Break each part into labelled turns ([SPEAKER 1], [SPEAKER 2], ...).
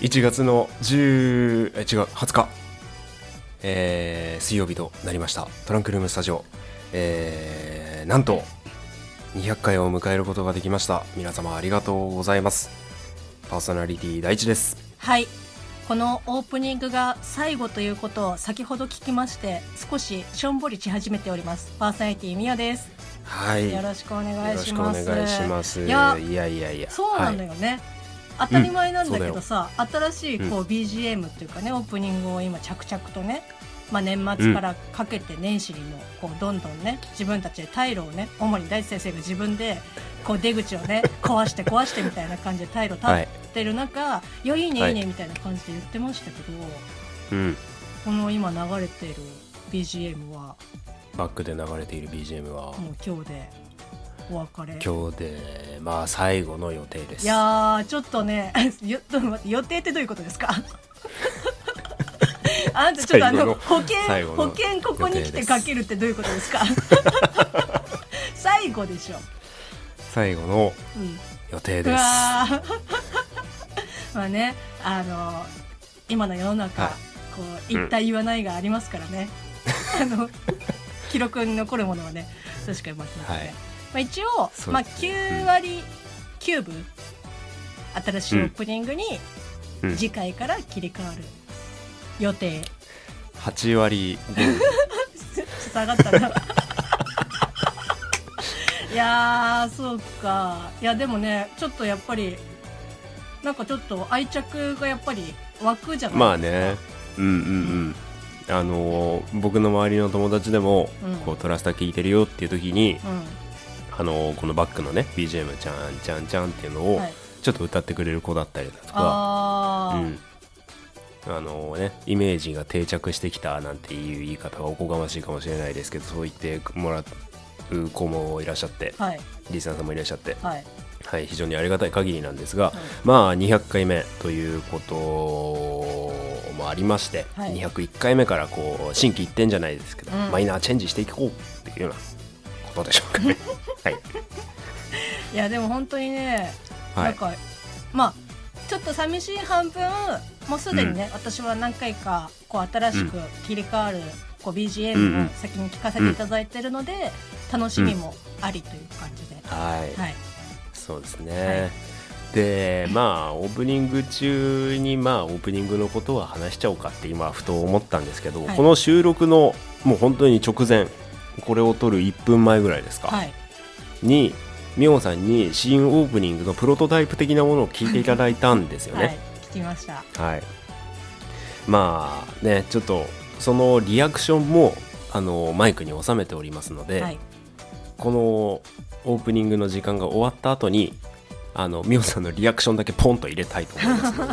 [SPEAKER 1] 1月の10え違う20日、えー水曜日となりましたトランクルームスタジオ、えーなんと200回を迎えることができました皆様ありがとうございますパーソナリティ第一です
[SPEAKER 2] はいこのオープニングが最後ということを先ほど聞きまして少ししょんぼりし始めておりますパーソナリティみやです
[SPEAKER 1] はい
[SPEAKER 2] よろしくお願
[SPEAKER 1] よ
[SPEAKER 2] い
[SPEAKER 1] ろし
[SPEAKER 2] し
[SPEAKER 1] くお
[SPEAKER 2] ます
[SPEAKER 1] 願いします
[SPEAKER 2] い
[SPEAKER 1] い
[SPEAKER 2] や
[SPEAKER 1] やいやいやいや
[SPEAKER 2] そうなんだ
[SPEAKER 1] はい
[SPEAKER 2] よね、当たり前なんだけ
[SPEAKER 1] う
[SPEAKER 2] ど
[SPEAKER 1] ん
[SPEAKER 2] さ、新しいこう BGM っていうかね、オープニングを今着々とね、まあ、年末からかけて年始にもこうどんどんね自分たちで退路をね主に大地先生が自分でこう出口を ね壊して壊してみたいな感じで退路立ってる中、い、やいいねいいねみたいな感じで言ってましたけど、
[SPEAKER 1] うん、
[SPEAKER 2] この今流れてる BGM は
[SPEAKER 1] バックで流れている BGM は
[SPEAKER 2] もう今日でお別れ。
[SPEAKER 1] 今日でまあ最後の予定です
[SPEAKER 2] いやーちょっとね よちょっと待って予定ってどういうことですか あんたちょっとあの保険
[SPEAKER 1] 最後の
[SPEAKER 2] 保険ここに来てかけるってどういうことですか 最後でしょ、
[SPEAKER 1] 最後の
[SPEAKER 2] うん、
[SPEAKER 1] 予定
[SPEAKER 2] う
[SPEAKER 1] です
[SPEAKER 2] わー まあねあの今の世の中、
[SPEAKER 1] はい
[SPEAKER 2] こう言った言わないがありますからね、あの 記録に残るものはね確かにますので、
[SPEAKER 1] はい
[SPEAKER 2] まあ、一応、
[SPEAKER 1] そう
[SPEAKER 2] まあ、
[SPEAKER 1] ですね
[SPEAKER 2] 9割9分、新しい
[SPEAKER 1] うん
[SPEAKER 2] オープニングに
[SPEAKER 1] うん
[SPEAKER 2] 次回から切り替わる予定、
[SPEAKER 1] 8割
[SPEAKER 2] 下がったないやーそうかいやでもねちょっとやっぱりなんかちょっと愛着がやっぱり湧くじゃないですか
[SPEAKER 1] まあねうんうんうんあのー僕の周りの友達でも、
[SPEAKER 2] うん
[SPEAKER 1] こうトラスタ聞いてるよっていう時に、
[SPEAKER 2] う
[SPEAKER 1] あのーこのバックのね BGM「ちゃんちゃんちゃん」っていうの
[SPEAKER 2] ん
[SPEAKER 1] を
[SPEAKER 2] はい、
[SPEAKER 1] ちょっと歌ってくれる子だったりだとか、
[SPEAKER 2] あ
[SPEAKER 1] う
[SPEAKER 2] ー、
[SPEAKER 1] んあのーね、イメージが定着してきたなんていう言い方がおこがましいかもしれないですけどそう言ってもらう子もいらっしゃって
[SPEAKER 2] はい
[SPEAKER 1] リスナーさんもいらっしゃって、
[SPEAKER 2] はい
[SPEAKER 1] はい、非常にありがたい限りなんですが、まあ200回目ということもありまして、
[SPEAKER 2] はい
[SPEAKER 1] 201回目からこう新規一点じゃないですけど、
[SPEAKER 2] うん
[SPEAKER 1] マイナーチェンジしていこうっていうようなことでしょうか ね。はい、
[SPEAKER 2] いやでも本当にね、
[SPEAKER 1] は
[SPEAKER 2] なん
[SPEAKER 1] い、
[SPEAKER 2] かまあちょっと寂しい半分もうすでにね、私は何回かこう新しく切り替わる、こう
[SPEAKER 1] うんう
[SPEAKER 2] BGM
[SPEAKER 1] ん
[SPEAKER 2] を先に聞かせていただいてるので、楽しみもありという感じで、
[SPEAKER 1] はい、
[SPEAKER 2] はい
[SPEAKER 1] そうですね。でまあオープニング中にまあオープニングのことは話しちゃおうかって今ふと思ったんですけど、
[SPEAKER 2] はい
[SPEAKER 1] この収録のもう本当に直前これを撮る1分前ぐらいですか、
[SPEAKER 2] はい
[SPEAKER 1] にミオンさんに新オープニングのプロトタイプ的なものを聞いていただいたんですよ
[SPEAKER 2] はい
[SPEAKER 1] ね。
[SPEAKER 2] 聞きました
[SPEAKER 1] はい、まあねちょっとそのリアクションもあのマイクに収めておりますので、
[SPEAKER 2] はい
[SPEAKER 1] このオープニングの時間が終わった後にあのミオンさんのリアクションだけポンと入れたいと思いますの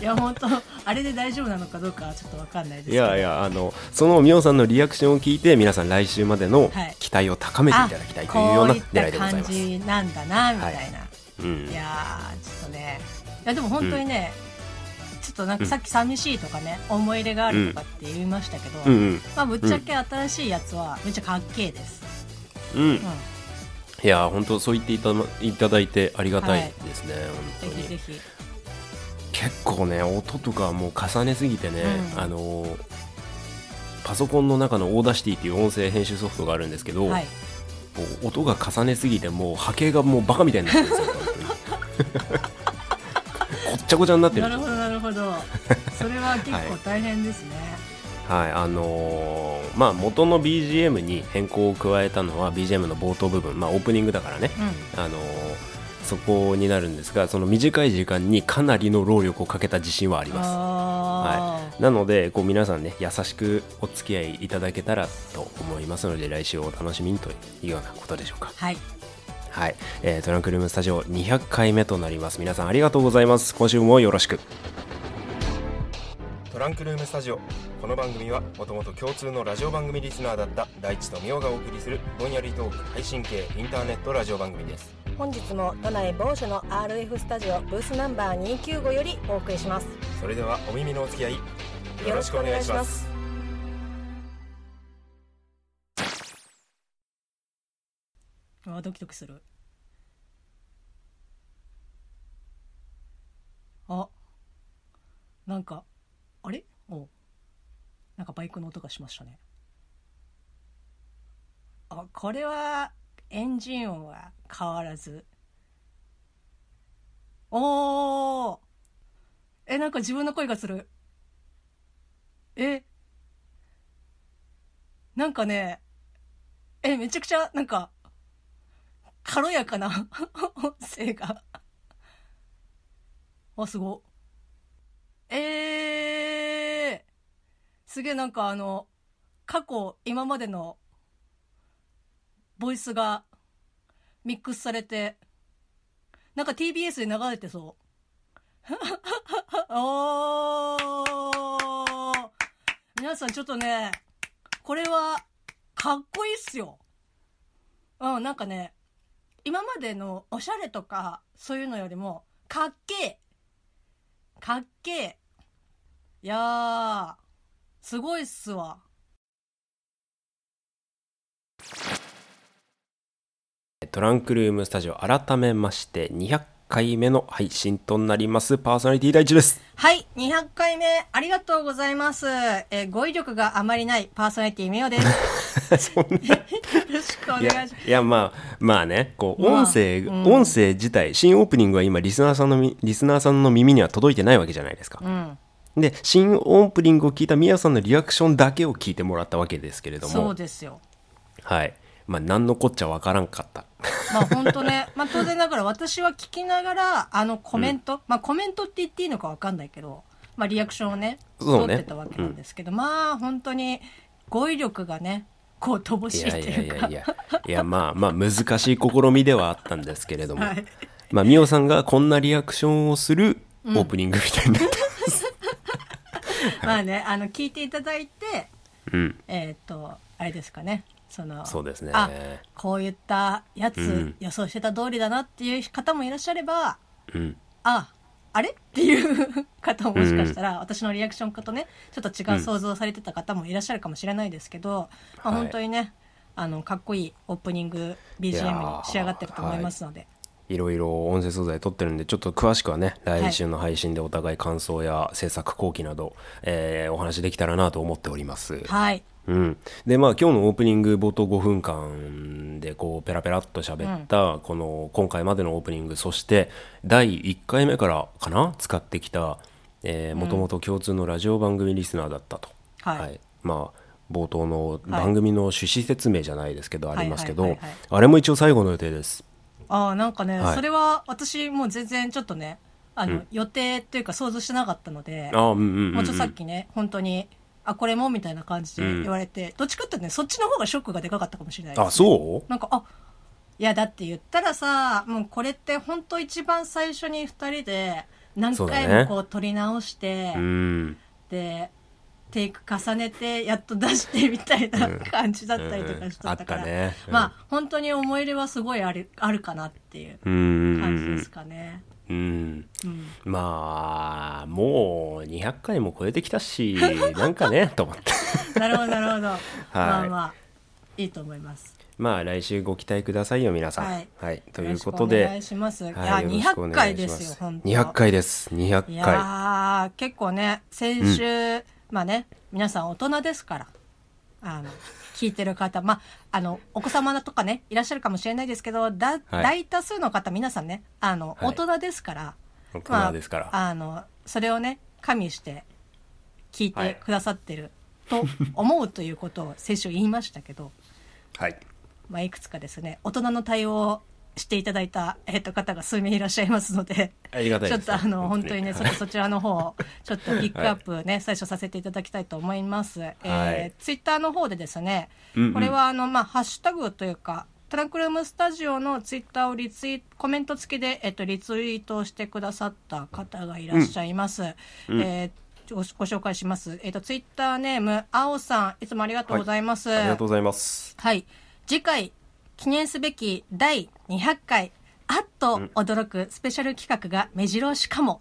[SPEAKER 1] で
[SPEAKER 2] いや本当あれで大丈夫なのかどうかはちょっとわかんないですけ
[SPEAKER 1] い
[SPEAKER 2] ど
[SPEAKER 1] やいやあのそのミオンさんのリアクションを聞いて皆さん来週までの
[SPEAKER 2] はい
[SPEAKER 1] 期待を高めていただきたいというような
[SPEAKER 2] こういっ
[SPEAKER 1] 狙いで
[SPEAKER 2] た
[SPEAKER 1] ござい
[SPEAKER 2] 感
[SPEAKER 1] ます。
[SPEAKER 2] じなんだなみたいな、
[SPEAKER 1] うん
[SPEAKER 2] いやーちょっとねいやでも本当にね、ちょっとなんかさっき寂しいとかね、思い入れがあるとかって言いましたけど、
[SPEAKER 1] うんうん
[SPEAKER 2] まあぶっちゃけ新しいやつはめっちゃかっけえです、
[SPEAKER 1] うん
[SPEAKER 2] うん
[SPEAKER 1] いやー本当そう言っていただいただいてありがたいですね、本当
[SPEAKER 2] ぜひぜ
[SPEAKER 1] に
[SPEAKER 2] ひ
[SPEAKER 1] 結構ね音とかもう重ねすぎてね、
[SPEAKER 2] うん
[SPEAKER 1] あのーパソコンの中のオーダーシティっていう音声編集ソフトがあるんですけど、
[SPEAKER 2] はい
[SPEAKER 1] もう音が重ねすぎてもう波形がもうバカみたいになってるん ですよ本当にごっちゃごちゃになってる
[SPEAKER 2] なるほどなる ほどそれは結構大変ですね、
[SPEAKER 1] はいあのーまあ元の BGM に変更を加えたのは BGM の冒頭部分まあオープニングだからね、あのーそこになるんですがその短い時間にかなりの労力をかけた自信はあり
[SPEAKER 2] うん
[SPEAKER 1] ま
[SPEAKER 2] あー
[SPEAKER 1] すなのでこう皆さんね優しくお付き合いいただけたらと思いますので来週をお楽しみにというようなことでしょうか
[SPEAKER 2] はい
[SPEAKER 1] はい、えートランクルームスタジオ200回目となります皆さんありがとうございます今週もよろしくトランクルームスタジオこの番組はもともと共通のラジオ番組リスナーだった大地とみおがお送りするぼんやりトーク配信系インターネットラジオ番組です
[SPEAKER 2] 本日も都内某所の RF スタジオブースナンバー295よりお送りします
[SPEAKER 1] それではお耳のお付き合いよ
[SPEAKER 2] よろしくお願いしますあードキドキするあなんかあれおなんかバイクの音がしましたねあこれはエンジン音は変わらずおーえなんか自分の声がするえなんかねえめちゃくちゃなんか軽やかな音声があすごえー、すげえなんかあの過去今までのボイスがミックスされてなんか TBS で流れてそう おー皆さんちょっとねこれはかっこいいっすようんなんかね今までのおしゃれとかそういうのよりもかっけえかっけえいやーすごいっすわ
[SPEAKER 1] トランクルームスタジオ改めまして200回目の配信となりますパーソナリティ第一 です
[SPEAKER 2] はい200回目ありがとうございます、えー語彙力があまりないパーソナリティみ おです
[SPEAKER 1] そんな
[SPEAKER 2] よろしくお願
[SPEAKER 1] い
[SPEAKER 2] いし
[SPEAKER 1] や
[SPEAKER 2] ま
[SPEAKER 1] い
[SPEAKER 2] す
[SPEAKER 1] やまあまあねこう
[SPEAKER 2] まあ
[SPEAKER 1] 音声、
[SPEAKER 2] うん
[SPEAKER 1] 音声自体新オープニングは今リスナーさんのみリスナーさんの耳には届いてないわけじゃないですか
[SPEAKER 2] う、ん
[SPEAKER 1] で新オープニングを聞いたみやさんのリアクションだけを聞いてもらったわけですけれど
[SPEAKER 2] そ
[SPEAKER 1] も
[SPEAKER 2] うですよ
[SPEAKER 1] はいまあ何のこっちゃわからんかった
[SPEAKER 2] まあ本当ね、 まあ当然ながら私は聞きながら、あのコメント、まあコメントって言っていいのかわかんないけど、まあリアクションをね、
[SPEAKER 1] そうね
[SPEAKER 2] 取ってたわけなんですけど、まあ本当に語彙力がね、こう乏
[SPEAKER 1] い
[SPEAKER 2] しい
[SPEAKER 1] や
[SPEAKER 2] っ
[SPEAKER 1] い
[SPEAKER 2] て
[SPEAKER 1] やい
[SPEAKER 2] いう
[SPEAKER 1] や
[SPEAKER 2] か
[SPEAKER 1] い、やいやまあまあ難しい試みではあったんですけれども、
[SPEAKER 2] はい
[SPEAKER 1] まあみおさんがこんなリアクションをするオープニングみたいになって
[SPEAKER 2] まあね、あの聞いていただいて、
[SPEAKER 1] うん、
[SPEAKER 2] えーっと、あれですかね、その、
[SPEAKER 1] そうですね
[SPEAKER 2] あ、こういったやつ、
[SPEAKER 1] うん
[SPEAKER 2] 予想してた通りだなっていう方もいらっしゃれば、
[SPEAKER 1] うん
[SPEAKER 2] ああれっていう方ももしかしたら、私のリアクションかとねちょっと違う想像をされてた方もいらっしゃるかもしれないですけど、
[SPEAKER 1] は
[SPEAKER 2] まあ、
[SPEAKER 1] い
[SPEAKER 2] 本当にね、あのかっこいいオープニング BGM に仕上がってると思いますので
[SPEAKER 1] いろいろ音声素材撮ってるんでちょっと詳しくはね来週の配信でお互い感想や制作後期など、えーお話できたらなと思っております。
[SPEAKER 2] はい
[SPEAKER 1] うん、でまあ今日のオープニング冒頭5分間でこうペラペラっと喋ったこの今回までのオープニング、そして第1回目からかな使ってきたもともと共通のラジオ番組リスナーだったと、
[SPEAKER 2] はい
[SPEAKER 1] まあ冒頭の番組の趣旨説明じゃないですけど、
[SPEAKER 2] はい
[SPEAKER 1] ありますけ
[SPEAKER 2] はい
[SPEAKER 1] ど
[SPEAKER 2] はいはいはい
[SPEAKER 1] あれも一応最後の予定です。
[SPEAKER 2] ああなんかね、
[SPEAKER 1] はい
[SPEAKER 2] それは私もう全然ちょっとねあの、予定というか想像してなかったので
[SPEAKER 1] あうんうんうんうん
[SPEAKER 2] もうちょっとさっきね本当にあこれもみたいな感じで言われて、どっちかっていうとねそっちの方がショックがでかかったかもしれないです
[SPEAKER 1] あそう
[SPEAKER 2] なんか、あ、いや、だって言ったらさ、もうこれって本当一番最初に二人で何
[SPEAKER 1] そうだ
[SPEAKER 2] 回
[SPEAKER 1] ね
[SPEAKER 2] もこう撮り直して、
[SPEAKER 1] うん
[SPEAKER 2] で、テイク重ねてやっと出し てみたいな感じだったりとかしとったから、
[SPEAKER 1] うんうんあったねうん
[SPEAKER 2] まあ本当に思い入れはすごいあるあるかなっていう
[SPEAKER 1] うんうん
[SPEAKER 2] 感じですかね。
[SPEAKER 1] うんうん
[SPEAKER 2] うん、
[SPEAKER 1] まあもう200回も超えてきた しなんかねと思って
[SPEAKER 2] なるほどな るほど、まあまあいいと思います。
[SPEAKER 1] まあ来週ご期待くださいよ皆さん。
[SPEAKER 2] は
[SPEAKER 1] はいい、ということで
[SPEAKER 2] よろしくお願いします。い、
[SPEAKER 1] はい
[SPEAKER 2] や
[SPEAKER 1] よろしくお
[SPEAKER 2] 200
[SPEAKER 1] 願
[SPEAKER 2] 回
[SPEAKER 1] いし
[SPEAKER 2] で
[SPEAKER 1] ます
[SPEAKER 2] よ本当。
[SPEAKER 1] 200回です
[SPEAKER 2] い
[SPEAKER 1] 200回
[SPEAKER 2] やー、結構ね、先週、まあね、皆さん大人ですから、あの、聞いてる方、まあ、あの、お子様とかね、いらっしゃるかもしれないですけど、だ、大多数の方、皆さんね、あの、
[SPEAKER 1] はい
[SPEAKER 2] 大人ですから、
[SPEAKER 1] 大人ですから、
[SPEAKER 2] まあ、あの、それをね、加味して、聞いてくださってる、と思うということを先週言いましたけど、
[SPEAKER 1] はい
[SPEAKER 2] まあ、いくつかですね、大人の対応をしていただいた、えっと、方が数名いらっしゃいますので、
[SPEAKER 1] ありがたい
[SPEAKER 2] ちょ
[SPEAKER 1] で
[SPEAKER 2] っ
[SPEAKER 1] す
[SPEAKER 2] とあの本当にね、ちょっとそちらの方をちょっとピックアップね、最初させていただきたいと思います。えー、ツイッターの方でですね、
[SPEAKER 1] うんうん
[SPEAKER 2] これはあのまあハッシュタグというか。トランクルームスタジオのツイッターをリツイコメント付きで、えっと、リツイートをしてくださった方がいらっしゃいます。えーごご紹介します。えっ、と、ツイッターネーム、あおさん、いつもありがとうございます。
[SPEAKER 1] ありがとうございます
[SPEAKER 2] はい。次回、記念すべき第200回、あっと驚くスペシャル企画が目白押しかも。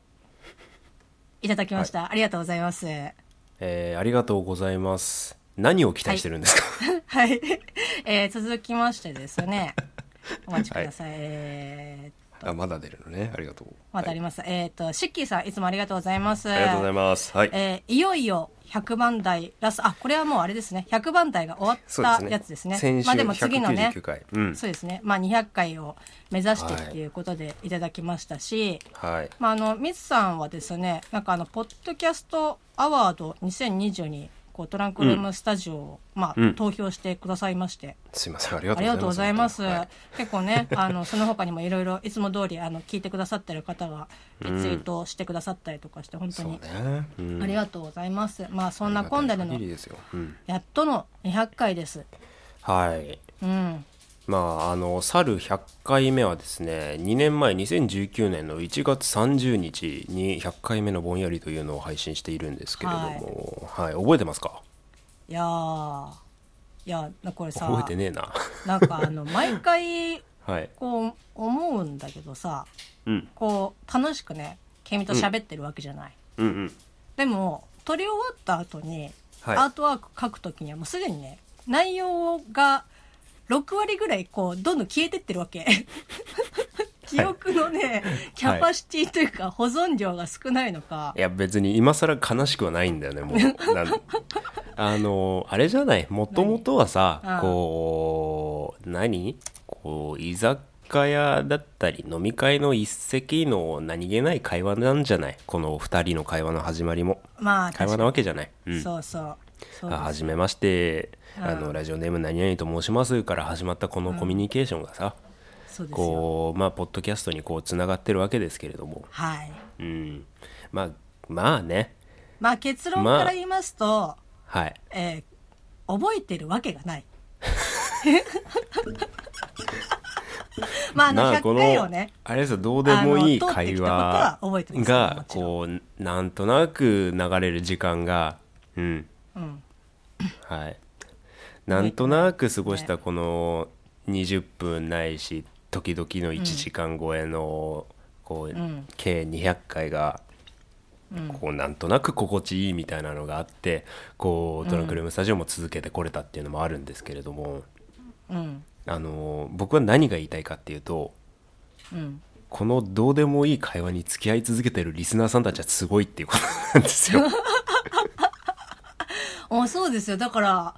[SPEAKER 2] いただきました。ありがとうございます。
[SPEAKER 1] えーありがとうございます何を期待してるんですか、
[SPEAKER 2] はい。えー続きましてですね、お待ちください。えーっ
[SPEAKER 1] あまだ出るのねありがとう
[SPEAKER 2] またあり
[SPEAKER 1] はい
[SPEAKER 2] ます。えっ、と、シッキーさん、いつもありがとうございます。
[SPEAKER 1] ありがとうございますはい、
[SPEAKER 2] えーいよいよ100番台ラスあこれはもうあれですね100番台が終わ
[SPEAKER 1] そうで
[SPEAKER 2] っ
[SPEAKER 1] す
[SPEAKER 2] た
[SPEAKER 1] ね
[SPEAKER 2] やつですね
[SPEAKER 1] 先週
[SPEAKER 2] まあでも次のね
[SPEAKER 1] 199回うん
[SPEAKER 2] そうですねまあ200回を目指してっていうことでいただきましたし、
[SPEAKER 1] はい
[SPEAKER 2] まああのミスさんはですねなんかあのポッドキャストアワード2020にこうトランクルームスタジオを、まあ、
[SPEAKER 1] うん
[SPEAKER 2] 投票してくださいまして、
[SPEAKER 1] すいませんありが
[SPEAKER 2] あ
[SPEAKER 1] とうございます
[SPEAKER 2] りがとうございま
[SPEAKER 1] は
[SPEAKER 2] す。結構 ね、あの、その他にもいろいろ、いつも通り、あの、聞いてくださってる方が、リツイートしてくださったりとかして、本当
[SPEAKER 1] そう
[SPEAKER 2] に
[SPEAKER 1] ね、うん
[SPEAKER 2] ありがとうございます。まあそんな
[SPEAKER 1] あ
[SPEAKER 2] こん
[SPEAKER 1] り
[SPEAKER 2] で
[SPEAKER 1] がた
[SPEAKER 2] で
[SPEAKER 1] い
[SPEAKER 2] の
[SPEAKER 1] 限りですよ、うん、
[SPEAKER 2] やっとの200回です。
[SPEAKER 1] はい
[SPEAKER 2] うん。
[SPEAKER 1] まああの去る100回目はですね2年前2019年の1月30日に100回目のぼんやりというのを配信しているんですけれども、はい覚えてますか
[SPEAKER 2] いやー、いやなこれさ、
[SPEAKER 1] 覚えてねえな
[SPEAKER 2] なんかあの毎回
[SPEAKER 1] はい、
[SPEAKER 2] こう思うんだけどさ、
[SPEAKER 1] うん、
[SPEAKER 2] こう楽しくね、君と喋ってるわけじゃない。
[SPEAKER 1] うんうん
[SPEAKER 2] でも撮り終わった後に、
[SPEAKER 1] はい
[SPEAKER 2] アートワーク書くときにはもうすでにね、内容が6割ぐらいこうどんどん消えてってるわけ。記憶のね、キャパシティというか保存量が少ないのか、
[SPEAKER 1] いや別に今更悲しくはないんだよね もうなんあのあれじゃないもともとは
[SPEAKER 2] 何
[SPEAKER 1] さ
[SPEAKER 2] うん
[SPEAKER 1] こう何こう居酒屋だったり飲み会の一席の何気ない会話なんじゃないこの二人の会話の始まりも
[SPEAKER 2] まあ、
[SPEAKER 1] 会
[SPEAKER 2] 確
[SPEAKER 1] 話
[SPEAKER 2] か
[SPEAKER 1] なわけじゃない、う
[SPEAKER 2] に。
[SPEAKER 1] ん、
[SPEAKER 2] そうそう。そう
[SPEAKER 1] あ
[SPEAKER 2] です
[SPEAKER 1] はじめまして
[SPEAKER 2] うん
[SPEAKER 1] あのラジオネーム何々と申しますから始まったこのコミュニケーションがさ、
[SPEAKER 2] そうですよ。
[SPEAKER 1] こうまあポッドキャストにこうつながってるわけですけれども、
[SPEAKER 2] はい。
[SPEAKER 1] うん、まあまあね
[SPEAKER 2] まあ、結論から言いますと、
[SPEAKER 1] はい
[SPEAKER 2] えー覚えてるわけがない。まあ、あ の、
[SPEAKER 1] まあこ
[SPEAKER 2] 100
[SPEAKER 1] の
[SPEAKER 2] 回をね、
[SPEAKER 1] あれですよどうでもいい
[SPEAKER 2] あの通って
[SPEAKER 1] 会
[SPEAKER 2] きたことは
[SPEAKER 1] 話
[SPEAKER 2] 覚えてますよも
[SPEAKER 1] が
[SPEAKER 2] ちろん
[SPEAKER 1] こうなんとなく流れる時間がうん
[SPEAKER 2] うん、
[SPEAKER 1] はいなんとなく過ごしたこの20分ないし時々の1時間超えのこう
[SPEAKER 2] うん
[SPEAKER 1] 計200回がこうなんとなく心地いいみたいなのがあってこうトランクルームスタジオも続けてこれたっていうのもあるんですけれども
[SPEAKER 2] うん、
[SPEAKER 1] あの僕は何が言いたいかっていうと
[SPEAKER 2] うん。
[SPEAKER 1] このどうでもいい会話に付き合い続けてるリスナーさんたちはすごいっていうことなんです よ。
[SPEAKER 2] あそうですよ。だから、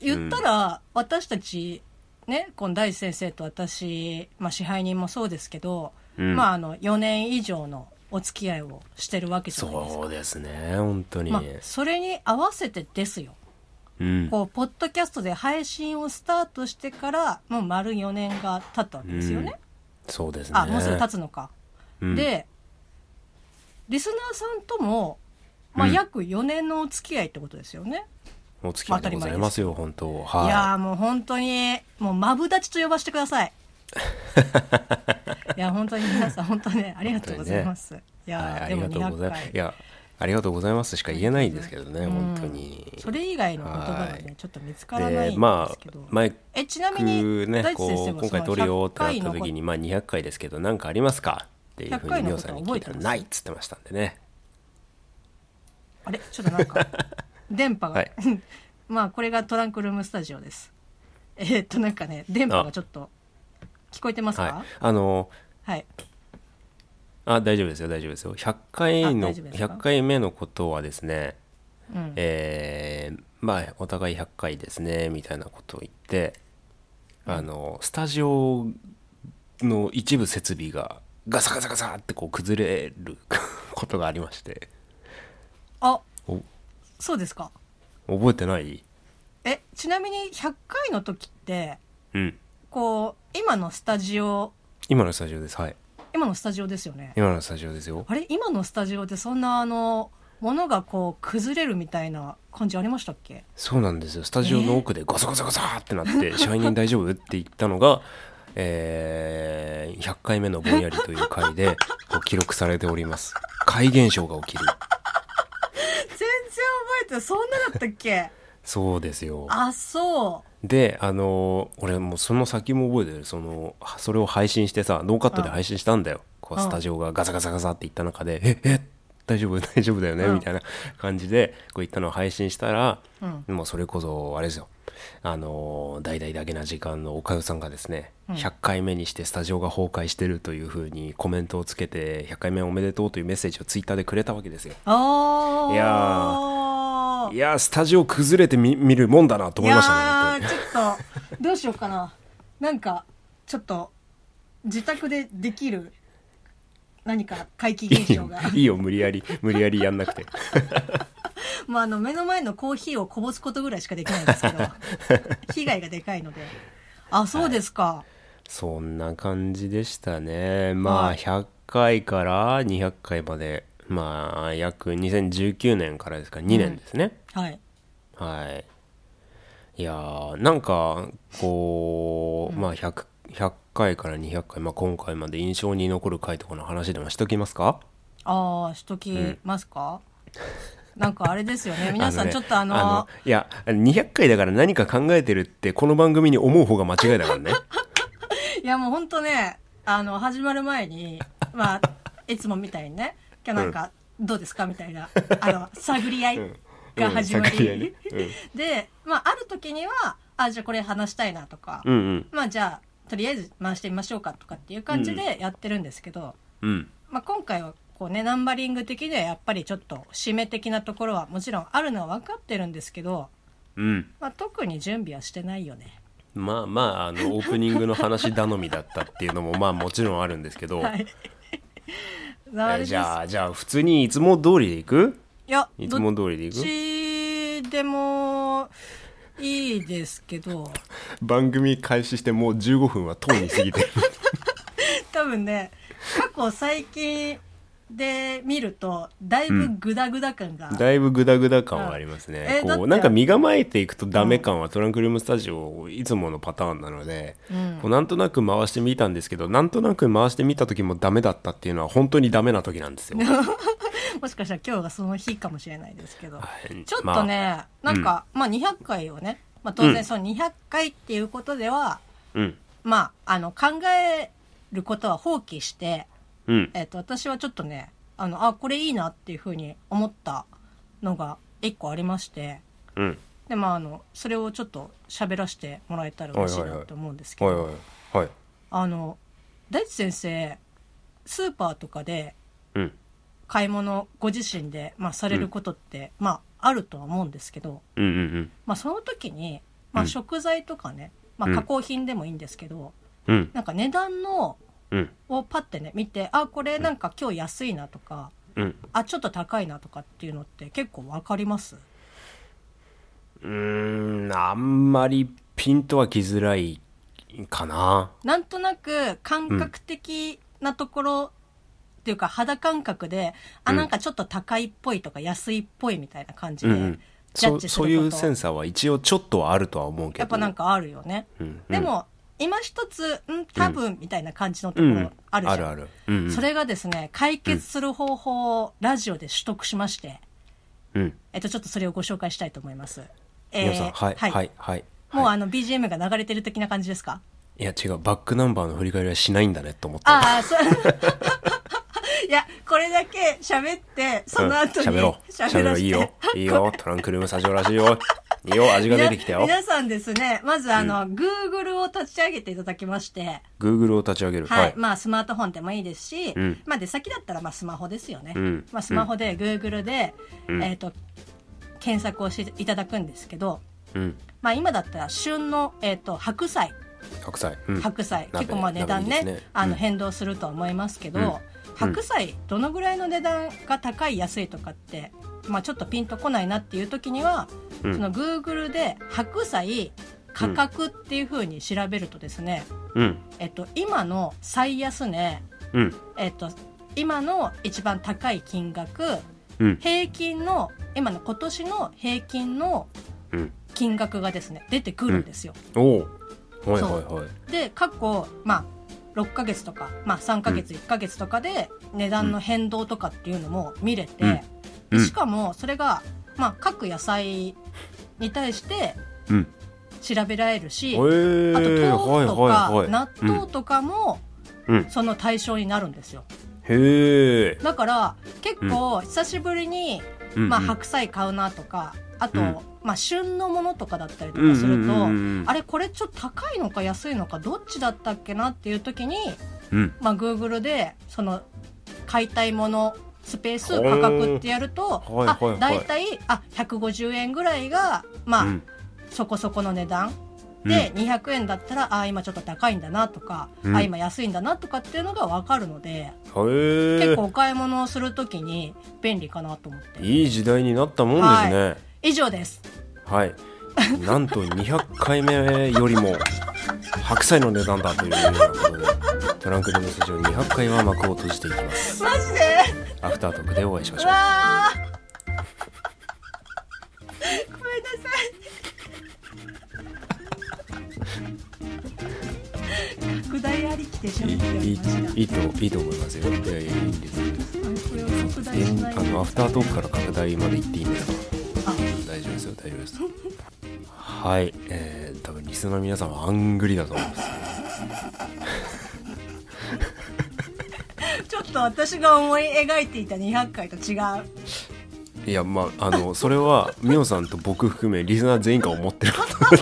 [SPEAKER 2] 言ったら、私たち、ね、この大地先生と私、まあ、支配人もそうですけど、
[SPEAKER 1] うん
[SPEAKER 2] まあ、あの、4年以上のお付き合いをしてるわけじゃないですか。
[SPEAKER 1] そうですね、本当に。
[SPEAKER 2] まあ、それに合わせてですよ。
[SPEAKER 1] うん。
[SPEAKER 2] こう、ポッドキャストで配信をスタートしてから、もう丸4年が経ったわけですよね。
[SPEAKER 1] そうですね。
[SPEAKER 2] あ、もうすぐ経つのか。
[SPEAKER 1] うん
[SPEAKER 2] で、リスナーさんとも、まあ、
[SPEAKER 1] うん
[SPEAKER 2] 約4年のお付き合いってことですよね。
[SPEAKER 1] お付き合いでございますよ、本当。
[SPEAKER 2] い、や
[SPEAKER 1] は
[SPEAKER 2] ーもう本当に、もうマブダチと呼ばせてく ださい。いや、本当に皆さん、本当ね、ありがとうございます。い
[SPEAKER 1] い。
[SPEAKER 2] やー、
[SPEAKER 1] はい、あ
[SPEAKER 2] で
[SPEAKER 1] り
[SPEAKER 2] も
[SPEAKER 1] がとうござ
[SPEAKER 2] 200
[SPEAKER 1] います。
[SPEAKER 2] 回
[SPEAKER 1] い。や、ありがとうございますしか言えないんですけどね、本当に。
[SPEAKER 2] それ以外の言葉が
[SPEAKER 1] は
[SPEAKER 2] ね
[SPEAKER 1] い、
[SPEAKER 2] ちょっと見つからない
[SPEAKER 1] で、
[SPEAKER 2] んで
[SPEAKER 1] ます
[SPEAKER 2] け
[SPEAKER 1] あ
[SPEAKER 2] ど。、
[SPEAKER 1] マイ
[SPEAKER 2] え、ちなみに
[SPEAKER 1] ク、ね、
[SPEAKER 2] 大地先
[SPEAKER 1] こ
[SPEAKER 2] 生
[SPEAKER 1] う、
[SPEAKER 2] も
[SPEAKER 1] 今回
[SPEAKER 2] その
[SPEAKER 1] 取るよってなった
[SPEAKER 2] 100
[SPEAKER 1] 時
[SPEAKER 2] 回
[SPEAKER 1] に、
[SPEAKER 2] の
[SPEAKER 1] まあ200回ですけど、何かありますかっていうふう
[SPEAKER 2] 100回
[SPEAKER 1] に、
[SPEAKER 2] の
[SPEAKER 1] みお
[SPEAKER 2] こと
[SPEAKER 1] さんに聞いたら、ないっつってましたんでね。
[SPEAKER 2] あれちょっとなん か、電波が。
[SPEAKER 1] はい
[SPEAKER 2] まあ、これがトランクルームスタジオです。えーっと、なんかね、電波がちょっと、聞こえてます
[SPEAKER 1] は
[SPEAKER 2] か
[SPEAKER 1] い。あの、
[SPEAKER 2] はい。
[SPEAKER 1] あ大丈夫ですよ大丈夫ですよ100回
[SPEAKER 2] あ
[SPEAKER 1] の
[SPEAKER 2] 大丈夫ですか
[SPEAKER 1] 100回目のことはですね
[SPEAKER 2] うん。
[SPEAKER 1] えーまあお互い100回ですねみたいなことを言ってあのスタジオの一部設備がガサガサガサってこう崩れることがありまして
[SPEAKER 2] あ、
[SPEAKER 1] お
[SPEAKER 2] そうですか。
[SPEAKER 1] 覚えてない
[SPEAKER 2] え、ちなみに100回の時って、
[SPEAKER 1] うん
[SPEAKER 2] こう、今のスタジオ、
[SPEAKER 1] 今のスタジオですはい
[SPEAKER 2] 今のスタジオですよね。
[SPEAKER 1] 今のスタジオですよ
[SPEAKER 2] あれ今のスタジオってそんなあの、ものがこう、崩れるみたいな感じありましたっけ
[SPEAKER 1] そうなんですよスタジオの奥でガサガサガサってなって「支配人大丈夫?」って言ったのが、えー100回目の「ぼんやり」という回でこう記録されております怪現象が起きる
[SPEAKER 2] 全然覚えて、そんなだったっ け
[SPEAKER 1] そうですよ
[SPEAKER 2] あ、そう。
[SPEAKER 1] であのー俺もうその先も覚えてるそのそれを配信してさノーカットで配信したんだよこう
[SPEAKER 2] うん
[SPEAKER 1] スタジオがガサガサガサっていった中で「ええ大丈夫 大丈夫だよね」
[SPEAKER 2] うん
[SPEAKER 1] みたいな感じでこういったのを配信したら
[SPEAKER 2] うん
[SPEAKER 1] もうそれこそあれですよあのー大々だけな時間のおかゆさんがですね、
[SPEAKER 2] うん
[SPEAKER 1] 100回目にしてスタジオが崩壊してるというふうにコメントをつけて100回目おめでとうというメッセージをツイッターでくれたわけですよ
[SPEAKER 2] ああ
[SPEAKER 1] いやいやースタジオ崩れてみ見るもんだなと思いましたね本当に
[SPEAKER 2] いやーちょっとどうしようかななんかちょっと自宅でできる何か怪奇現
[SPEAKER 1] いい
[SPEAKER 2] 象
[SPEAKER 1] よ
[SPEAKER 2] が
[SPEAKER 1] いいよ無理やり無理やりやんなくて
[SPEAKER 2] まああの目の前のコーヒーをこぼすことぐらいしかできないんですけど 被害がでかいのであそうですか、
[SPEAKER 1] そんな感じでしたねま
[SPEAKER 2] は
[SPEAKER 1] あ
[SPEAKER 2] い
[SPEAKER 1] 100回から200回までまあ約2019年からですか2年ですね、
[SPEAKER 2] はい
[SPEAKER 1] はいいやーなんかこう、まあ 100, 100回から200回、まあ、今回まで印象に残る回とかの話でもしときますか
[SPEAKER 2] ああしときますか、なんかあれですよね皆さ
[SPEAKER 1] あの
[SPEAKER 2] ん
[SPEAKER 1] ね
[SPEAKER 2] ちょっとあの
[SPEAKER 1] いや200回だから何か考えてるってこの番組に思う方が間違いだからね
[SPEAKER 2] いやもう本当ねあの始まる前 にまあいつもみたいにね今日なんかどうですかみたいな あの探り合い が始ま
[SPEAKER 1] うんうん探
[SPEAKER 2] り、
[SPEAKER 1] り合いね
[SPEAKER 2] で、まあ、ある時にはあじゃあこれ話したいなとか、
[SPEAKER 1] うんうん
[SPEAKER 2] まあじゃあとりあえず回してみましょうかとかっていう感じでやってるんですけど、
[SPEAKER 1] うん
[SPEAKER 2] まあ、今回はこうねナンバリング的にはやっぱりちょっと締め的なところはもちろんあるのは分かってるんですけど、
[SPEAKER 1] うん
[SPEAKER 2] まあ、特に準備はしてないよね。
[SPEAKER 1] まあまああのオープニングの話頼みだったっていうのもまあもちろんあるんですけど、
[SPEAKER 2] はい、
[SPEAKER 1] え
[SPEAKER 2] あれです
[SPEAKER 1] じゃあじゃあ普通にいつも通りでいく
[SPEAKER 2] いや
[SPEAKER 1] いつ
[SPEAKER 2] ど
[SPEAKER 1] も通りでい
[SPEAKER 2] どっ
[SPEAKER 1] く
[SPEAKER 2] ちでもいいですけど
[SPEAKER 1] 番組開始してもう15分はとうに過ぎてる
[SPEAKER 2] 多分ね過去最近で見るとだいぶグダグダ感が、
[SPEAKER 1] だいぶグダグダ感はありますね、
[SPEAKER 2] えだっ
[SPEAKER 1] こう
[SPEAKER 2] て
[SPEAKER 1] なんか身構えていくとダメ感はトランクルームスタジオいつものパターンなので、こうなんとなく回してみたんですけどなんとなく回してみた時もダメだったっていうのは本当にダメな時なんですよ
[SPEAKER 2] もしかしたら今日がその日かもしれないですけど、
[SPEAKER 1] はい
[SPEAKER 2] ちょっとね、なんか、まあ200回をね、まあ、当
[SPEAKER 1] うん
[SPEAKER 2] 然その200回っていうことでは、
[SPEAKER 1] うん
[SPEAKER 2] まああの考えることは放棄して、
[SPEAKER 1] うん
[SPEAKER 2] えっと私はちょっとねあのあこれいいなっていうふうに思ったのが1個ありまして。
[SPEAKER 1] うん
[SPEAKER 2] でまああのそれをちょっと喋らせてもらえたら嬉しい
[SPEAKER 1] はいはい
[SPEAKER 2] な
[SPEAKER 1] はい
[SPEAKER 2] と思うんですけ
[SPEAKER 1] はい
[SPEAKER 2] ど
[SPEAKER 1] はいはい
[SPEAKER 2] あの大地先生スーパーとかで
[SPEAKER 1] うん
[SPEAKER 2] 買い物ご自身で、まあ、されることって、まああるとは思うんですけど、
[SPEAKER 1] うんうん
[SPEAKER 2] まあ、その時に、ま
[SPEAKER 1] う
[SPEAKER 2] あ、
[SPEAKER 1] ん
[SPEAKER 2] 食材とかね、ま
[SPEAKER 1] うん
[SPEAKER 2] あ、加工品でもいいんですけど、
[SPEAKER 1] うんうん
[SPEAKER 2] なんか値段の
[SPEAKER 1] うん
[SPEAKER 2] をパッてね見てあこれなんか今日安いなとか、
[SPEAKER 1] うん
[SPEAKER 2] あちょっと高いなとかっていうのって結構わかります
[SPEAKER 1] うーんあんまりピンとは来づらいかな
[SPEAKER 2] なんとなく感覚的なところ、っていうか肌感覚で、あ、
[SPEAKER 1] うん
[SPEAKER 2] なんかちょっと高いっぽいとか安いっぽいみたいな感じ
[SPEAKER 1] うん
[SPEAKER 2] で
[SPEAKER 1] うん、
[SPEAKER 2] ジャ
[SPEAKER 1] そ
[SPEAKER 2] ッ
[SPEAKER 1] う
[SPEAKER 2] ジす
[SPEAKER 1] そう
[SPEAKER 2] る
[SPEAKER 1] い
[SPEAKER 2] こと、
[SPEAKER 1] うセンサーは一応ちょっとはあるとは思うけど
[SPEAKER 2] やっぱなんかあるよね。
[SPEAKER 1] うんうん
[SPEAKER 2] でも、今一つ、ん多分みたいな感じのと
[SPEAKER 1] う
[SPEAKER 2] こ
[SPEAKER 1] ん
[SPEAKER 2] ろあるじゃん。
[SPEAKER 1] あるある、うんうん
[SPEAKER 2] それがですね、解決する方法をラジオで取得しまして、
[SPEAKER 1] うん
[SPEAKER 2] えっと、ちょっとそれをご紹介したいと思います。
[SPEAKER 1] 皆さんはいはいはい、
[SPEAKER 2] もうあの BGM が流れてる的な感じですか
[SPEAKER 1] いや違うバックナンバーの振り返りはしないんだねと思った
[SPEAKER 2] ああ、そう。 いや、これだけ喋って、その後に
[SPEAKER 1] うん喋ろう
[SPEAKER 2] 喋
[SPEAKER 1] 喋ろ
[SPEAKER 2] ら
[SPEAKER 1] う
[SPEAKER 2] せて
[SPEAKER 1] いいよいいよトランクルームサジオらしいよいいよ味が出てきたよ
[SPEAKER 2] 皆皆さんですね、まずあの、Google を立ち上げていただきまして、
[SPEAKER 1] Google を立ち上げる
[SPEAKER 2] はい。
[SPEAKER 1] はい、
[SPEAKER 2] まあ、スマートフォンでもいいですし、
[SPEAKER 1] うん
[SPEAKER 2] まあ、出先だったら、まあ、スマホですよね。
[SPEAKER 1] うん
[SPEAKER 2] まあ、スマホで Google で、
[SPEAKER 1] うん
[SPEAKER 2] えっ、と、検索をしていただくんですけど、
[SPEAKER 1] うん
[SPEAKER 2] まあ、今だったら旬の、えっ、と、白菜。
[SPEAKER 1] 白菜、うん、
[SPEAKER 2] 白菜、
[SPEAKER 1] 鍋
[SPEAKER 2] 結構まあ値段
[SPEAKER 1] 鍋
[SPEAKER 2] ね
[SPEAKER 1] いいですね
[SPEAKER 2] あ
[SPEAKER 1] う
[SPEAKER 2] の
[SPEAKER 1] ん
[SPEAKER 2] 変動するとは思いますけど、
[SPEAKER 1] うん
[SPEAKER 2] 白菜どのぐらいの値段が高い安いとかって、まあ、ちょっとピンとこないなっていう時には、
[SPEAKER 1] うん
[SPEAKER 2] その Google で白菜価格っていうふうに調べるとですね、
[SPEAKER 1] うん
[SPEAKER 2] えっと、今の最安値、
[SPEAKER 1] うん
[SPEAKER 2] えっと、今の一番高い金額
[SPEAKER 1] うん
[SPEAKER 2] 平均の今の今年の平均の
[SPEAKER 1] うん
[SPEAKER 2] 金額がですね出てくるんですよ。
[SPEAKER 1] おおはいはいはい
[SPEAKER 2] で過去、まあ、6ヶ月とか、まあ、3ヶ月1ヶ月とかで値段の変動とかっていうのも見れて、
[SPEAKER 1] うんうん
[SPEAKER 2] でしかもそれが、まあ、各野菜に対して
[SPEAKER 1] うん
[SPEAKER 2] 調べられるし、
[SPEAKER 1] えー、
[SPEAKER 2] あと豆腐とか、
[SPEAKER 1] はいはいはい、
[SPEAKER 2] 納豆とかも
[SPEAKER 1] うんうん
[SPEAKER 2] その対象になるんですよ
[SPEAKER 1] へえ
[SPEAKER 2] だから結構久しぶりに
[SPEAKER 1] うんうん
[SPEAKER 2] まあ、白菜買うなとかあと、
[SPEAKER 1] うん
[SPEAKER 2] まあ、旬のものとかだったりと
[SPEAKER 1] うんう
[SPEAKER 2] か
[SPEAKER 1] ん
[SPEAKER 2] す
[SPEAKER 1] う
[SPEAKER 2] る
[SPEAKER 1] ん
[SPEAKER 2] と、
[SPEAKER 1] うん
[SPEAKER 2] あれこれちょっと高いのか安いのかどっちだったっけなっていう時に、
[SPEAKER 1] うん
[SPEAKER 2] まあ、Google でその買いたいものスペース価格ってやると、
[SPEAKER 1] おーはいはいはい
[SPEAKER 2] あ大体あ150円ぐらいが、まあ
[SPEAKER 1] うん
[SPEAKER 2] そこそこの値段
[SPEAKER 1] うん
[SPEAKER 2] で、200円だったらあー今ちょっと高いんだなとか、
[SPEAKER 1] うん
[SPEAKER 2] あー今安いんだなとかっていうのが分かるので、
[SPEAKER 1] へ
[SPEAKER 2] 結
[SPEAKER 1] え
[SPEAKER 2] 構お買い物をするときに便利かなと思って
[SPEAKER 1] いい時代になったもんですね
[SPEAKER 2] 以上です
[SPEAKER 1] はい、なんと200回目よりも白菜の値段だというようなことでトランクルームスタジオ200回は幕を閉じていきます
[SPEAKER 2] マジで
[SPEAKER 1] アフタートークでお会いしましょう
[SPEAKER 2] わーごめんなさい拡大ありきでしょ
[SPEAKER 1] い
[SPEAKER 2] みたい
[SPEAKER 1] いい
[SPEAKER 2] な話が
[SPEAKER 1] いいいといいと思いますよいやいやいいんですよ
[SPEAKER 2] これを拡大
[SPEAKER 1] え
[SPEAKER 2] しない
[SPEAKER 1] あのアフタートークから拡大まで行っていいんですか
[SPEAKER 2] あ
[SPEAKER 1] 大丈夫ですよ大丈夫ですはいえー、多分リスナーの皆さんはアングリだと思います
[SPEAKER 2] ちょっと私が思い描いていた200回と違う
[SPEAKER 1] いやまああのそれはミオさんと僕含めリスナー全員が思ってることで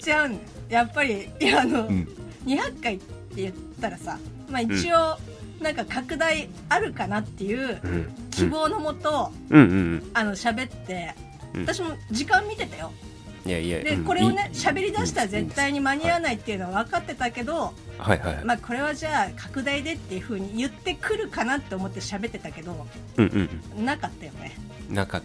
[SPEAKER 1] す
[SPEAKER 2] 違うねやっぱりいやあの、
[SPEAKER 1] うん
[SPEAKER 2] 200回って言ったらさ、まあ、一応、なんか拡大あるかなっていう
[SPEAKER 1] うんうん
[SPEAKER 2] 希望のもと、
[SPEAKER 1] うんうん
[SPEAKER 2] あの喋って
[SPEAKER 1] うん
[SPEAKER 2] 私も時間見てたよ
[SPEAKER 1] いやいや
[SPEAKER 2] で
[SPEAKER 1] うん
[SPEAKER 2] これをね
[SPEAKER 1] いい
[SPEAKER 2] 喋り出したら絶対に間に合わないっていうのは分かってたけど、
[SPEAKER 1] はいはいはい、
[SPEAKER 2] まあ、これはじゃあ拡大でっていうふうに言ってくるかなって思って喋ってたけど
[SPEAKER 1] うんうん
[SPEAKER 2] なかったよね
[SPEAKER 1] うんなんか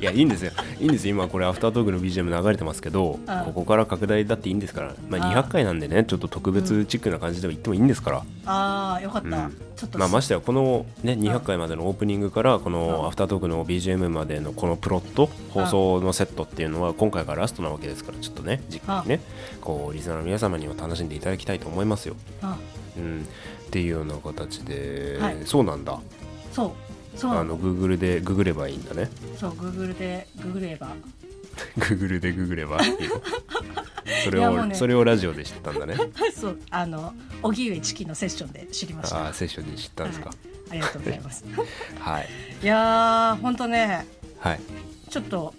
[SPEAKER 1] いやいいんですよいいんですよ今これアフタートークの BGM 流れてますけど、
[SPEAKER 2] ああ
[SPEAKER 1] ここから拡大だっていいんですから、まあ、
[SPEAKER 2] ああ
[SPEAKER 1] 200回なんでねちょっと特別チックな感じでも言ってもいいんですから、
[SPEAKER 2] ああよかった、
[SPEAKER 1] うん
[SPEAKER 2] ちょっと、
[SPEAKER 1] まあ、ましてやこの、ね、200回までのオープニングからこ
[SPEAKER 2] う
[SPEAKER 1] の
[SPEAKER 2] ん
[SPEAKER 1] アフタートークの BGM までのこのプロット放送のセットっていうのは今回がラストなわけですからちょっとねじっくりねこうリスナーの皆様には楽しんでいただきたいと思いますよ。
[SPEAKER 2] あ
[SPEAKER 1] うん、っていうような形で、
[SPEAKER 2] はい
[SPEAKER 1] そうなんだ
[SPEAKER 2] そうそう
[SPEAKER 1] あの Google でググればいいんだね
[SPEAKER 2] そうグーグルでググれば
[SPEAKER 1] Google でググればいいよそれ
[SPEAKER 2] いや
[SPEAKER 1] を、
[SPEAKER 2] もうね
[SPEAKER 1] それをラジオで知った んだね
[SPEAKER 2] そうあの荻上チキのセッションで知りました
[SPEAKER 1] ああセッションで知ったんですか
[SPEAKER 2] はい、ありがとうございます
[SPEAKER 1] はい
[SPEAKER 2] いやーほんとね
[SPEAKER 1] はい
[SPEAKER 2] ちょっと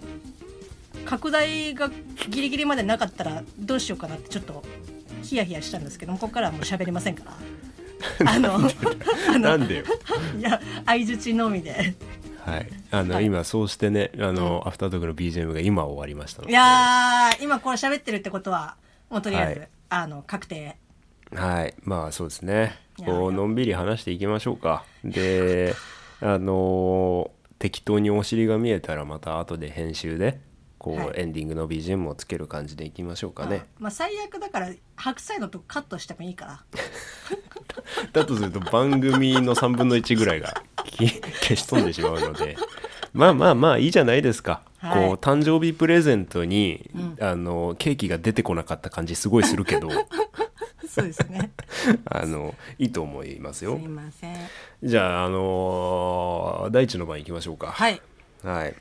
[SPEAKER 2] 拡大がギリギリまでなかったらどうしようかなってちょっとヒヤヒヤしたんですけどもここからはもう喋りませんか らあのあ
[SPEAKER 1] な
[SPEAKER 2] の
[SPEAKER 1] んでよ
[SPEAKER 2] いや相づちのみで
[SPEAKER 1] はい、あの、
[SPEAKER 2] はい
[SPEAKER 1] 今そうしてね、あの、アフタートークの BGM が今終わりましたの
[SPEAKER 2] い
[SPEAKER 1] で。
[SPEAKER 2] やー今これ喋ってるってことはもうとりあえず、
[SPEAKER 1] はい
[SPEAKER 2] あの確定
[SPEAKER 1] はい、まあ、そうですね。
[SPEAKER 2] いや
[SPEAKER 1] こうのんびり話していきましょうか。で、あのー適当にお尻が見えたら、また後で編集で。こう、
[SPEAKER 2] はい
[SPEAKER 1] エンディングの BGM をつける感じでいきましょうかね。
[SPEAKER 2] まあ最悪だから白菜のとこカットしてもいいから
[SPEAKER 1] だとすると、番組の3分の1ぐらいがき消し飛んでしまうので。まあまあまあいいじゃないですか、
[SPEAKER 2] はい
[SPEAKER 1] こう誕生日プレゼントに、あのケーキが出てこなかった感じすごいするけど
[SPEAKER 2] そうですね
[SPEAKER 1] あのい いと思います
[SPEAKER 2] す
[SPEAKER 1] よ
[SPEAKER 2] い。ません
[SPEAKER 1] じゃあ、あのー、第一の番行きましょうか。
[SPEAKER 2] はい
[SPEAKER 1] はい。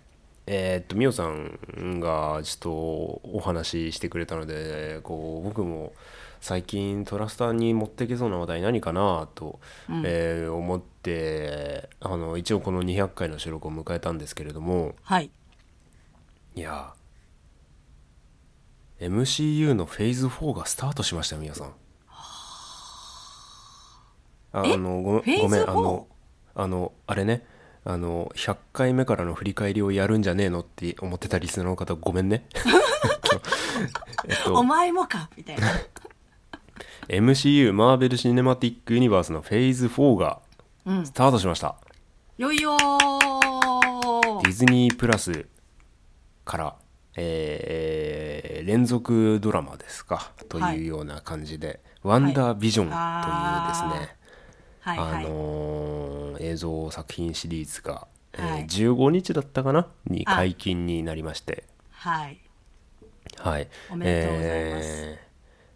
[SPEAKER 1] えーっと、みおさんがちょっとお話ししてくれたので、こう僕も最近トラスターに持っていけそうな話題何かなと、えー思ってあの一応この200回の収録を迎えたんですけれども
[SPEAKER 2] はい
[SPEAKER 1] いやー MCU のフェーズ4がスタートしましたよ皆さんあ
[SPEAKER 2] え
[SPEAKER 1] あのご
[SPEAKER 2] フェー
[SPEAKER 1] めん
[SPEAKER 2] ズ
[SPEAKER 1] ごめん
[SPEAKER 2] 4？
[SPEAKER 1] あのあのあれねあの100回目からの振り返りをやるんじゃねえのって思ってたリスナーの方ごめん ねえっ
[SPEAKER 2] お
[SPEAKER 1] と
[SPEAKER 2] 前もかみたいな
[SPEAKER 1] MCU マーベル・シネマティック・ユニバースのフェーズ4が
[SPEAKER 2] うん
[SPEAKER 1] スタートしました、
[SPEAKER 2] よい よー
[SPEAKER 1] ディズニープラスから、えー連続ドラマですかと
[SPEAKER 2] はい
[SPEAKER 1] いうような感じで「ワンダービジョン」というですね、
[SPEAKER 2] はいはい、
[SPEAKER 1] あのー映像作品シリーズが、えー
[SPEAKER 2] はい
[SPEAKER 1] 15日だったかなに
[SPEAKER 2] あ
[SPEAKER 1] 解禁になりまして、
[SPEAKER 2] はい
[SPEAKER 1] はい、
[SPEAKER 2] おめでとうございます
[SPEAKER 1] えー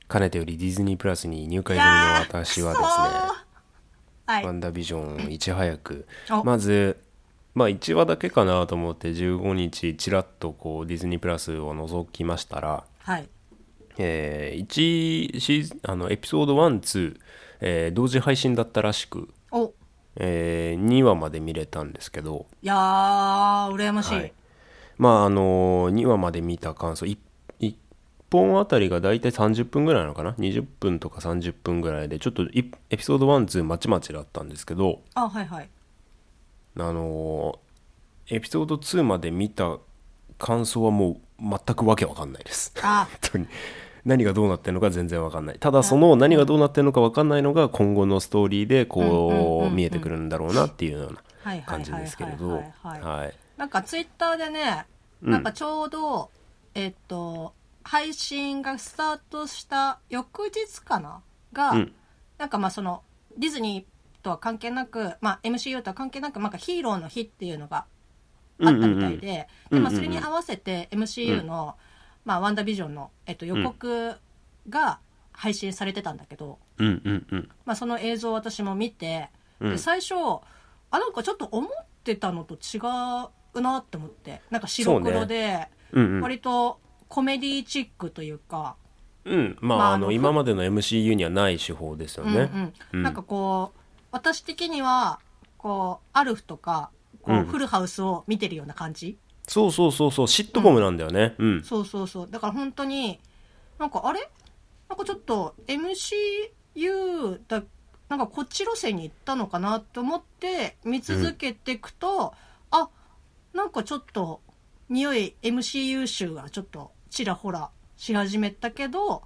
[SPEAKER 1] かねてよりディズニープラスに入会済みの私はですね
[SPEAKER 2] はい
[SPEAKER 1] ワンダービジョンをいち早く
[SPEAKER 2] お
[SPEAKER 1] まずまあ1話だけかなと思って15日ちらっとこうディズニープラスを覗きましたら、
[SPEAKER 2] はい
[SPEAKER 1] えー、1シーズンあのエピソード12、2えー同時配信だったらしく
[SPEAKER 2] お
[SPEAKER 1] えー2話まで見れたんですけど、
[SPEAKER 2] いやー羨ましい、
[SPEAKER 1] はいまああのー2話まで見た感想 1, 本あたりが大体30分ぐらいなのかな20分とか30分ぐらいでちょっといエピソード1、2まちまちだったんですけど、
[SPEAKER 2] あはいはい
[SPEAKER 1] あのーエピソード2まで見た感想はもう全くわけわかんないです。
[SPEAKER 2] あ
[SPEAKER 1] 本当に何がどうなってるのか全然わかんないただその何がどうなってるのかわかんないのが今後のストーリーで
[SPEAKER 2] うんうんうん
[SPEAKER 1] こ
[SPEAKER 2] う
[SPEAKER 1] うん見えてくるんだろうなっていうよう
[SPEAKER 2] はいはいはいはい
[SPEAKER 1] な感じですけれど
[SPEAKER 2] はいはい
[SPEAKER 1] はい
[SPEAKER 2] なんかツイッターでね、
[SPEAKER 1] うん
[SPEAKER 2] なんかちょうど、えっと、配信がスタートした翌日かなが、
[SPEAKER 1] うん
[SPEAKER 2] なんかまあその、ディズニーとは関係なく、まあ MCU とは関係なく、なんかヒーローの日っていうのがあったみたいで、
[SPEAKER 1] うんうんうんう
[SPEAKER 2] でまあ
[SPEAKER 1] んうん
[SPEAKER 2] それに合わせて MCU の、まあワンダービジョンの、えっと、予告が配信されてたんだけど、
[SPEAKER 1] うんうんうん
[SPEAKER 2] まあその映像を私も見て、
[SPEAKER 1] うん
[SPEAKER 2] で最初あなんかちょっと思ってたのと違うなって思ってなんか白黒で
[SPEAKER 1] うんうん
[SPEAKER 2] 割とコメディチックというか、
[SPEAKER 1] うんま
[SPEAKER 2] まあ
[SPEAKER 1] ああ
[SPEAKER 2] あ
[SPEAKER 1] の
[SPEAKER 2] の
[SPEAKER 1] 今までの MCU にはない手法ですよ
[SPEAKER 2] うん
[SPEAKER 1] ね
[SPEAKER 2] う、
[SPEAKER 1] うんん
[SPEAKER 2] なんかこう私的にはこうアルフとかこ
[SPEAKER 1] う
[SPEAKER 2] うんフルハウスを見てるような感じ、
[SPEAKER 1] そうそうそうそうシットコムなんだよねうん
[SPEAKER 2] そうそうそうだから本当になんかあれなんかちょっと MCU だなんかこっち路線に行ったのかなと思って見続けていくと、あなんかちょっと匂い MCU 集がちょっとちらほらし始めたけど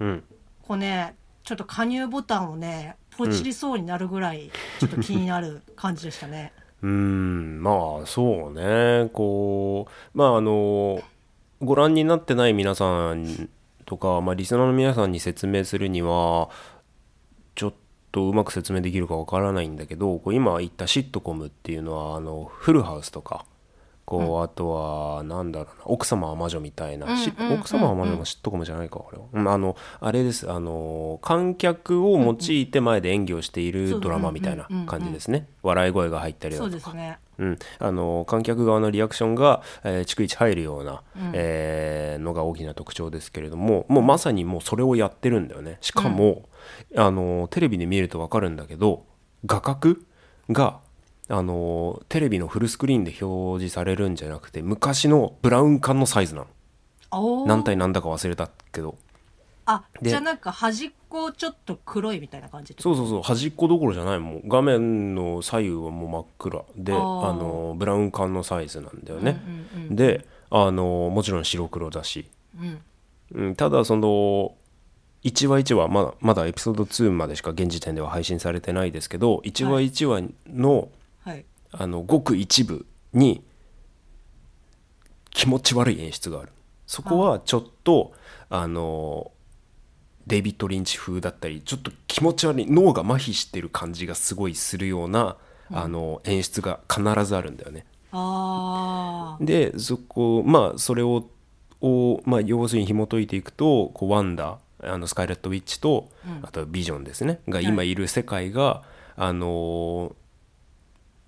[SPEAKER 1] うん
[SPEAKER 2] こうねちょっと加入ボタンをねポチりそうになるぐらいちょっと気になる感じでしたね。
[SPEAKER 1] うーんまあそうねこうまああのご覧になってない皆さんとか、まあ、リスナーの皆さんに説明するにはちょっとうまく説明できるかわからないんだけどこう今言ったシットコムっていうのはあのフルハウスとかこう、あとはなんだろうな奥様は魔女みたいな、し
[SPEAKER 2] うんうんうん
[SPEAKER 1] 奥様は魔女もシットコムじゃないかあれは、うん、あのあれですあの観客を用いて前で演技をしているドラマみたいな感じですね、笑い声が入ったりだと
[SPEAKER 2] そう
[SPEAKER 1] か
[SPEAKER 2] ですね
[SPEAKER 1] うん、あの観客側のリアクションが、えー逐一入るような、えーのが大きな特徴ですけれどももうまさにもうそれをやってるんだよねしかも、あのテレビで見ると分かるんだけど画角があのテレビのフルスクリーンで表示されるんじゃなくて昔のブラウン管のサイズなの
[SPEAKER 2] あおー
[SPEAKER 1] 何対何だか忘れたけど
[SPEAKER 2] あ
[SPEAKER 1] で
[SPEAKER 2] じゃあなんか端っこちょっと黒いみたいな感じってこと
[SPEAKER 1] そうそうそう端っこどころじゃないもう画面の左右はもう真っ暗で
[SPEAKER 2] あ
[SPEAKER 1] あ
[SPEAKER 2] ー
[SPEAKER 1] のブラウン管のサイズなんだよね、
[SPEAKER 2] うんうん
[SPEAKER 1] であのもちろん白黒だし、
[SPEAKER 2] うん
[SPEAKER 1] うん、ただその1話1話まだまだエピソード2までしか現時点では配信されてないですけど1話1話の,、
[SPEAKER 2] はい、
[SPEAKER 1] あのごく一部に気持ち悪い演出があるそこはちょっとあのデイビッド・リンチ風だったりちょっと気持ち悪い脳が麻痺してる感じがすごいするような、あの演出が必ずあるんだよね。
[SPEAKER 2] ああ
[SPEAKER 1] でそこまあそれをを、まあ、要するに紐解いていくとこうワンダあのスカイレット・ウィッチと、あとビジョンですねが今いる世界が、あのー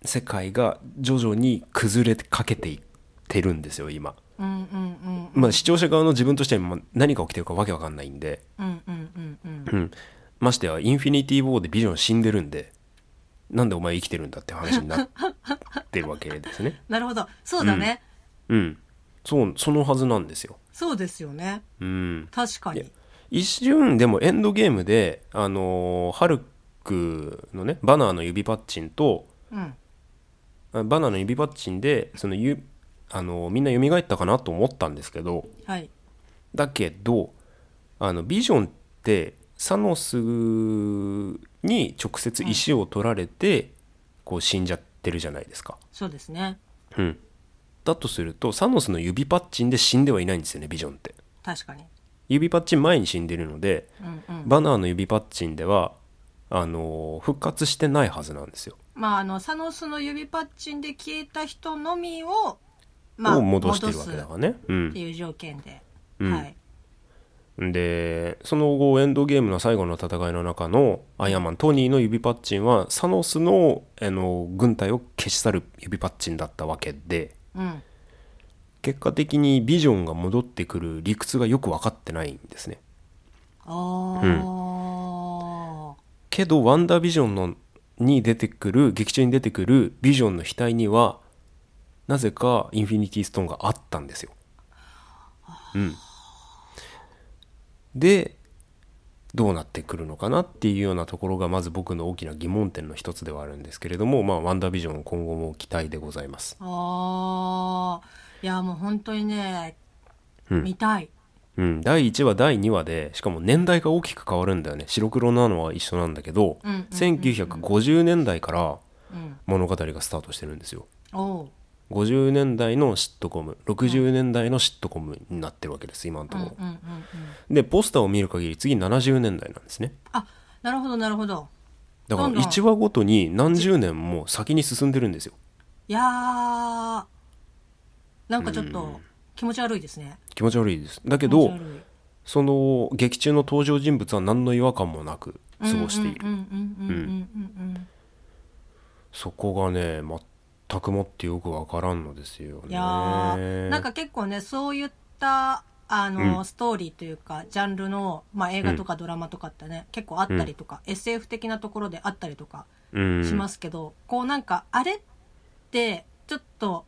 [SPEAKER 1] 世界が徐々に崩れかけていってるんですよ今、
[SPEAKER 2] うんうん
[SPEAKER 1] まあ、視聴者側の自分としては今何が起きてるかわけわかんないんで、
[SPEAKER 2] うんうんうんうんうん
[SPEAKER 1] うん、ましてやインフィニティ・ウォーでビジョン死んでるんでなんでお前生きてるんだって話になってるわけですね
[SPEAKER 2] なるほどそうだね、
[SPEAKER 1] うんそうそのはずなんですよ
[SPEAKER 2] そうですよね
[SPEAKER 1] うん
[SPEAKER 2] 確かに
[SPEAKER 1] 一瞬でもエンドゲームで、あのーハルクのねバナーの指パッチンと
[SPEAKER 2] うん
[SPEAKER 1] あバナーの指パッチンでそのゆ、あのーみんな蘇ったかなと思ったんですけど
[SPEAKER 2] はい
[SPEAKER 1] だけどあのビジョンってサノスに直接石を取られて、こう死んじゃってるじゃないですか。
[SPEAKER 2] そうですね
[SPEAKER 1] うん、だとするとサノスの指パッチンで死んではいないんですよねビジョンって。
[SPEAKER 2] 確かに
[SPEAKER 1] 指パッチン前に死んでるので、
[SPEAKER 2] うんうん
[SPEAKER 1] バナーの指パッチンではあのー復活してないはずなんですよ。
[SPEAKER 2] まああのサノスの指パッチンで消えた人のみをまあ
[SPEAKER 1] を戻してるわけだ
[SPEAKER 2] 戻
[SPEAKER 1] か
[SPEAKER 2] す
[SPEAKER 1] らね。う
[SPEAKER 2] っていう条件で、
[SPEAKER 1] うん
[SPEAKER 2] はい
[SPEAKER 1] ん、でその後エンドゲームの最後の戦いの中のアイアンマントニーの指パッチンはサノスのあの軍隊を消し去る指パッチンだったわけで
[SPEAKER 2] うん
[SPEAKER 1] 結果的にビジョンが戻ってくる理屈がよく分かってないんですね。
[SPEAKER 2] ああ、
[SPEAKER 1] けどワンダービジョンのに出てくる劇中に出てくるビジョンの額にはなぜかインフィニティストーンがあったんですよ。うん、でどうなってくるのかなっていうようなところがまず僕の大きな疑問点の一つではあるんですけれども、まあ、ワンダービジョン今後も期待でございます。
[SPEAKER 2] ああいやもう本当にね、
[SPEAKER 1] うん
[SPEAKER 2] 見たい
[SPEAKER 1] うん、第1話第2話でしかも年代が大きく変わるんだよね白黒なのは一緒なんだけど、
[SPEAKER 2] うんうんうんうん
[SPEAKER 1] 1950年代から
[SPEAKER 2] うん
[SPEAKER 1] 物語がスタートしてるんですよ
[SPEAKER 2] おう
[SPEAKER 1] 50年代のシットコム60年代のシットコムになってるわけです今のと
[SPEAKER 2] うん
[SPEAKER 1] こ
[SPEAKER 2] うん
[SPEAKER 1] ろ
[SPEAKER 2] う、んうん
[SPEAKER 1] でポスターを見る限り次70年代なんですね
[SPEAKER 2] あなるほどなるほど
[SPEAKER 1] だから
[SPEAKER 2] どんどん
[SPEAKER 1] 1話ごとに何十年も先に進んでるんですよ
[SPEAKER 2] いやーなんかちょっと気持ち悪いですね
[SPEAKER 1] 気持ち悪いですだけ
[SPEAKER 2] 気持
[SPEAKER 1] ど
[SPEAKER 2] ち悪い
[SPEAKER 1] その劇中の登場人物は何の違和感もなく過ごしている、
[SPEAKER 2] うんうんうんうんうんうん
[SPEAKER 1] そこがね全くもってよくわからんのですよね
[SPEAKER 2] いやーなんか結構ねそういったあの、
[SPEAKER 1] うん
[SPEAKER 2] ストーリーというかジャンルの、まあ、映画とかドラマとかってね、結構あったりとか、SF 的なところであったりとか
[SPEAKER 1] うん
[SPEAKER 2] しますけど、こうなんかあれってちょっと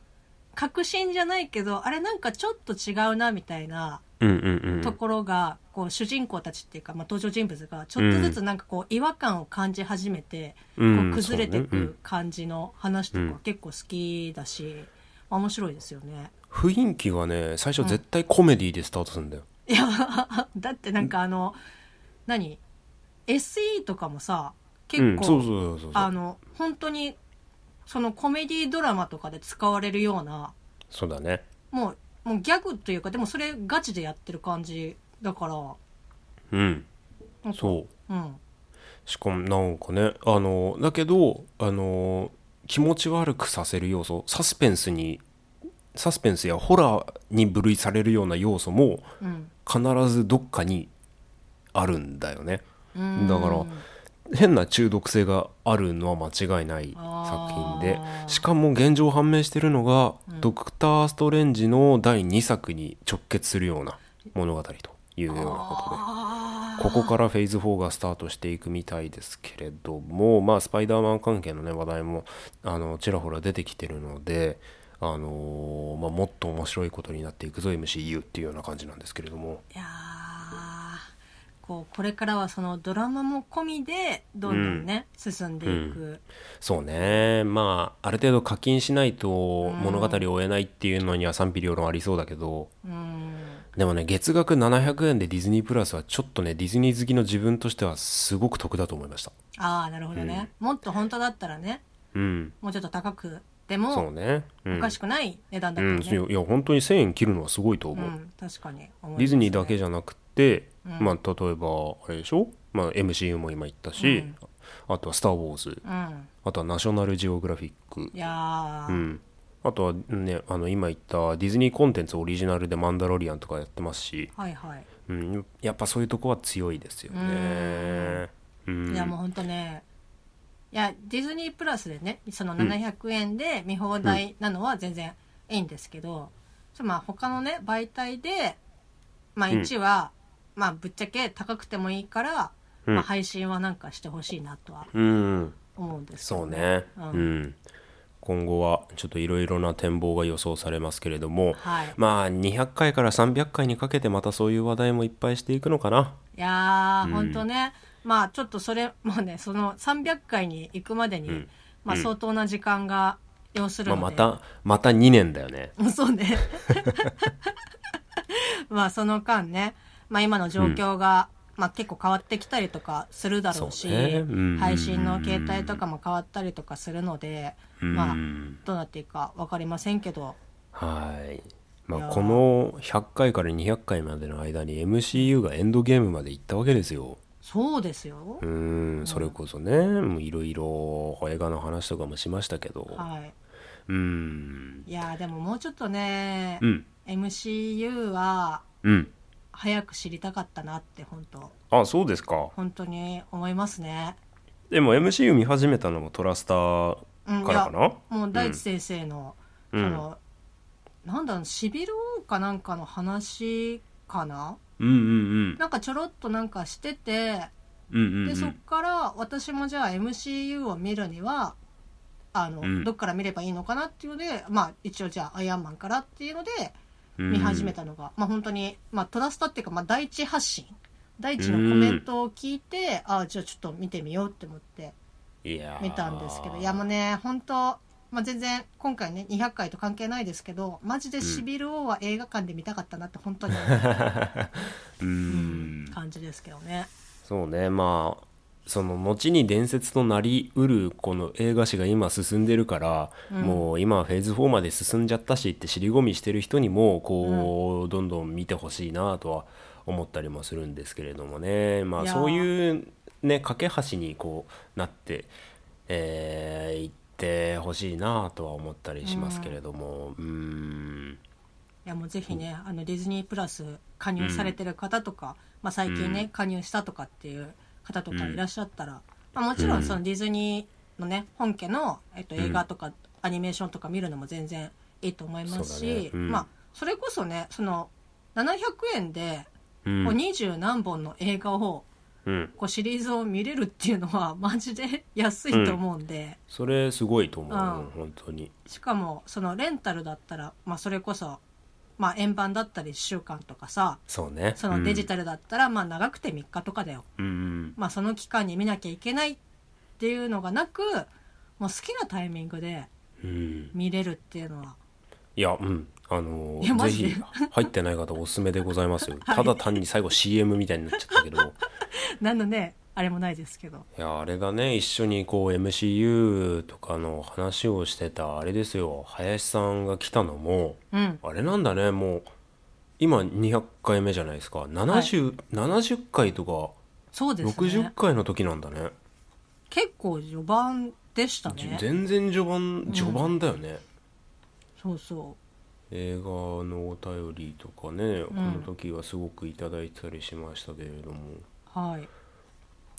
[SPEAKER 2] 確信じゃないけどあれなんかちょっと違うなみたいな
[SPEAKER 1] うんうんうん
[SPEAKER 2] ところが、こう主人公たちっていうか、まあ、登場人物がちょっとずつなんかこう違和感を感じ始めて、
[SPEAKER 1] うん
[SPEAKER 2] こう崩れてい
[SPEAKER 1] そうねうん
[SPEAKER 2] く感じの話と
[SPEAKER 1] うん
[SPEAKER 2] か結構好きだし、面白いですよね。
[SPEAKER 1] 雰囲気がね最初絶対コメディでスタートするんだよ、
[SPEAKER 2] いや、だってなんかあの、何 ?SE とかもさ、
[SPEAKER 1] うん
[SPEAKER 2] 結
[SPEAKER 1] そう
[SPEAKER 2] 構、
[SPEAKER 1] そうそうそ
[SPEAKER 2] あ
[SPEAKER 1] う
[SPEAKER 2] の、本当に、そのコメディドラマとかで使われるような、
[SPEAKER 1] そうだね
[SPEAKER 2] もう、もうギャグというか、でもそれガチでやってる感じだから、
[SPEAKER 1] うん
[SPEAKER 2] なんか
[SPEAKER 1] そう
[SPEAKER 2] うん。
[SPEAKER 1] しかもなんかねあのだけどあの気持ち悪くさせる要素サスペンスにサスペンスやホラーに分類されるような要素も
[SPEAKER 2] うん。
[SPEAKER 1] 必ずどっかにあるんだよね
[SPEAKER 2] うん
[SPEAKER 1] だから変な中毒性があるのは間違いない
[SPEAKER 2] あ
[SPEAKER 1] 作品
[SPEAKER 2] ー
[SPEAKER 1] でしかも現状判明してるのが、
[SPEAKER 2] うん
[SPEAKER 1] ドクター・ストレンジの第2作に直結するような物語というようなことで
[SPEAKER 2] あー
[SPEAKER 1] ここからフェーズ4がスタートしていくみたいですけれどもまあスパイダーマン関係のね話題もあのちらほら出てきてるので。あのーまあ、もっと面白いことになっていくぞ MCU っていうような感じなんですけれども
[SPEAKER 2] いやーこうこれからはそのドラマも込みでどんどんね、進んでいく、
[SPEAKER 1] そうねまあある程度課金しないと
[SPEAKER 2] ん
[SPEAKER 1] 物語を追えないっていうのには賛否両論ありそうだけど、
[SPEAKER 2] うん、
[SPEAKER 1] でもね月額700円でディズニープラスはちょっとねディズニー好きの自分としてはすごく得だと思いました
[SPEAKER 2] ああなるほどね、もっと本当だったらね
[SPEAKER 1] うん
[SPEAKER 2] もうちょっと高くで
[SPEAKER 1] そう
[SPEAKER 2] も
[SPEAKER 1] ね、うん、
[SPEAKER 2] おかしくない値段だ
[SPEAKER 1] う
[SPEAKER 2] ったら
[SPEAKER 1] ん
[SPEAKER 2] ね、
[SPEAKER 1] いや本当に1000円切るのはすごいと
[SPEAKER 2] うん
[SPEAKER 1] 思う、
[SPEAKER 2] 確かに思いますね
[SPEAKER 1] ディズニーだけじゃなくて、
[SPEAKER 2] うん
[SPEAKER 1] まあ例えばあれでしょ、まあ、MCU も今言ったし、
[SPEAKER 2] うん
[SPEAKER 1] あとは「スター・ウォーズ」
[SPEAKER 2] うん
[SPEAKER 1] あとは「ナショナルジオグラフィック
[SPEAKER 2] い」やー、
[SPEAKER 1] うんあとはねあの今言ったディズニーコンテンツオリジナルで「マンダロリアン」とかやってますし、
[SPEAKER 2] はいはい、
[SPEAKER 1] うん、やっぱそういうとこは強いですよねうん
[SPEAKER 2] いやもう本当ねいやディズニープラスでねその
[SPEAKER 1] ん
[SPEAKER 2] 700円で見放題なのは全然いいんですけど、ちょまあ他のね媒体でまあ
[SPEAKER 1] うん
[SPEAKER 2] 1は、まあぶっちゃけ高くてもいいから、
[SPEAKER 1] うん
[SPEAKER 2] まあ、配信はなんかしてほしいなとは
[SPEAKER 1] うん
[SPEAKER 2] 思うんですけど
[SPEAKER 1] そうね、う
[SPEAKER 2] うんん
[SPEAKER 1] 今後はちょっといろいろな展望が予想されますけれども、
[SPEAKER 2] はい
[SPEAKER 1] まあ200回から300回にかけてまたそういう話題もいっぱいしていくのかな。
[SPEAKER 2] いやー、
[SPEAKER 1] うん
[SPEAKER 2] ほんとね、まあちょっとそれ、もね、その300回に行くまでに、
[SPEAKER 1] うん
[SPEAKER 2] まあ
[SPEAKER 1] うん
[SPEAKER 2] 相当な時間が要する
[SPEAKER 1] まあ、
[SPEAKER 2] ので、
[SPEAKER 1] またまた2年だよね。
[SPEAKER 2] うんそうね。まあその間ね、まあ今の状況が、まあ結構変わってきたりとかするだろうし、
[SPEAKER 1] そうねうん
[SPEAKER 2] 配信の形態とかも変わったりとかするので、
[SPEAKER 1] うん
[SPEAKER 2] まあどうなっていくかわかりませんけど、
[SPEAKER 1] はい。ま
[SPEAKER 2] いや
[SPEAKER 1] あ、
[SPEAKER 2] ー
[SPEAKER 1] この100回から200回までの間に MCU がエンドゲームまで行ったわけですよ。
[SPEAKER 2] そうですよ
[SPEAKER 1] う。んそれこそねいろいろ映画の話とかもしましたけど、
[SPEAKER 2] はい。
[SPEAKER 1] うん
[SPEAKER 2] いやーでももうちょっとね、
[SPEAKER 1] うん
[SPEAKER 2] MCU は、
[SPEAKER 1] うん
[SPEAKER 2] 早く知りたかったなって本当
[SPEAKER 1] あそうですか
[SPEAKER 2] 本当に思いますね。
[SPEAKER 1] でも MCU 見始めたのもトラスター
[SPEAKER 2] うん、
[SPEAKER 1] からか
[SPEAKER 2] いや
[SPEAKER 1] な
[SPEAKER 2] もう大地先生の、
[SPEAKER 1] うん
[SPEAKER 2] そのなんだろうシビル王かなんかの話かな
[SPEAKER 1] うんうんうん
[SPEAKER 2] なんかちょろっとなんかしてて
[SPEAKER 3] うんうんう
[SPEAKER 2] でそっ
[SPEAKER 3] ん
[SPEAKER 2] から私もじゃあ MCU を見るにはあの、
[SPEAKER 3] うん
[SPEAKER 2] どっから見ればいいのかなっていうので、まあ、一応じゃあアイアンマンからっていうので
[SPEAKER 3] うん
[SPEAKER 2] 見始めたのが、まあ本当に、まあ、トラスタっていうか、まあ、第一発信第一のコメントを聞いて、ああじゃあちょっと見てみようって思って
[SPEAKER 3] いやー
[SPEAKER 2] 見たんですけどいやもうね本当、まあ、全然今回ね200回と関係ないですけどマジでシビル王は映画館で見たかったなって本当に思う、
[SPEAKER 3] う
[SPEAKER 2] うん
[SPEAKER 3] ん、
[SPEAKER 2] 感じですけどね。
[SPEAKER 1] そうねまあその後に伝説となりうるこの映画史が今進んでるから、
[SPEAKER 2] うん
[SPEAKER 1] もう今はフェーズ4まで進んじゃったしって尻込みしてる人にもこう、どんどん見てほしいなとは思ったりもするんですけれどもねま
[SPEAKER 2] い
[SPEAKER 1] あ
[SPEAKER 2] やー
[SPEAKER 1] そういうね架け橋にこうなって、えー、行ってほしいなとは思ったりしますけれどもうん
[SPEAKER 2] いやもうぜひね、あのディズニープラス加入されてる方とか、まあ、最近ね、
[SPEAKER 3] うん
[SPEAKER 2] 加入したとかっていう方とか
[SPEAKER 3] うん
[SPEAKER 2] いらっしゃったら、まあ、もちろんそのディズニーのね本家の、えっと、映画とかアニメーションとか見るのも全然いいと思います
[SPEAKER 1] そうだね
[SPEAKER 2] し、
[SPEAKER 1] うん
[SPEAKER 2] まあ、それこそねその700円で
[SPEAKER 1] うん
[SPEAKER 2] こう20何本の映画を
[SPEAKER 1] うん
[SPEAKER 2] こうシリーズを見れるっていうのは マジで安いと思うんで。
[SPEAKER 1] それすごいと思う、
[SPEAKER 2] うん
[SPEAKER 1] 本当に
[SPEAKER 2] しかもそのレンタルだったら、まあ、それこそ、まあ、円盤だったり1週間とかさ
[SPEAKER 1] そうね
[SPEAKER 2] そのデジタルだったら、まあ長くて3日とかだよ、
[SPEAKER 3] うんうん
[SPEAKER 2] まあ、その期間に見なきゃいけないっていうのがなくもう好きなタイミングで
[SPEAKER 1] うん
[SPEAKER 2] 見れるっていうのはい
[SPEAKER 1] や、うん。あの
[SPEAKER 2] いやマ
[SPEAKER 1] ぜ
[SPEAKER 2] ジで
[SPEAKER 1] ひ、入ってない方おすすめでございますよ。
[SPEAKER 2] はい
[SPEAKER 1] ただ単に最後 CM みたいになっちゃったけど。い
[SPEAKER 2] 何のねあれもないですけど
[SPEAKER 1] や、あれだね。一緒にこう MCU とかの話をしてた、あれですよ。林さんが来たのも、
[SPEAKER 2] うん
[SPEAKER 1] あれなんだね。もう、今200回目じゃないですか。70、70回とか、
[SPEAKER 2] そうですね
[SPEAKER 1] 60回の時なんだね。
[SPEAKER 2] 結構序盤でした
[SPEAKER 1] じ
[SPEAKER 2] ね
[SPEAKER 1] 全然序盤、序盤だよね。
[SPEAKER 2] そうそ
[SPEAKER 1] 映画のお便りとかね、この時はすごくいただいたりしましたけれども。
[SPEAKER 2] うはい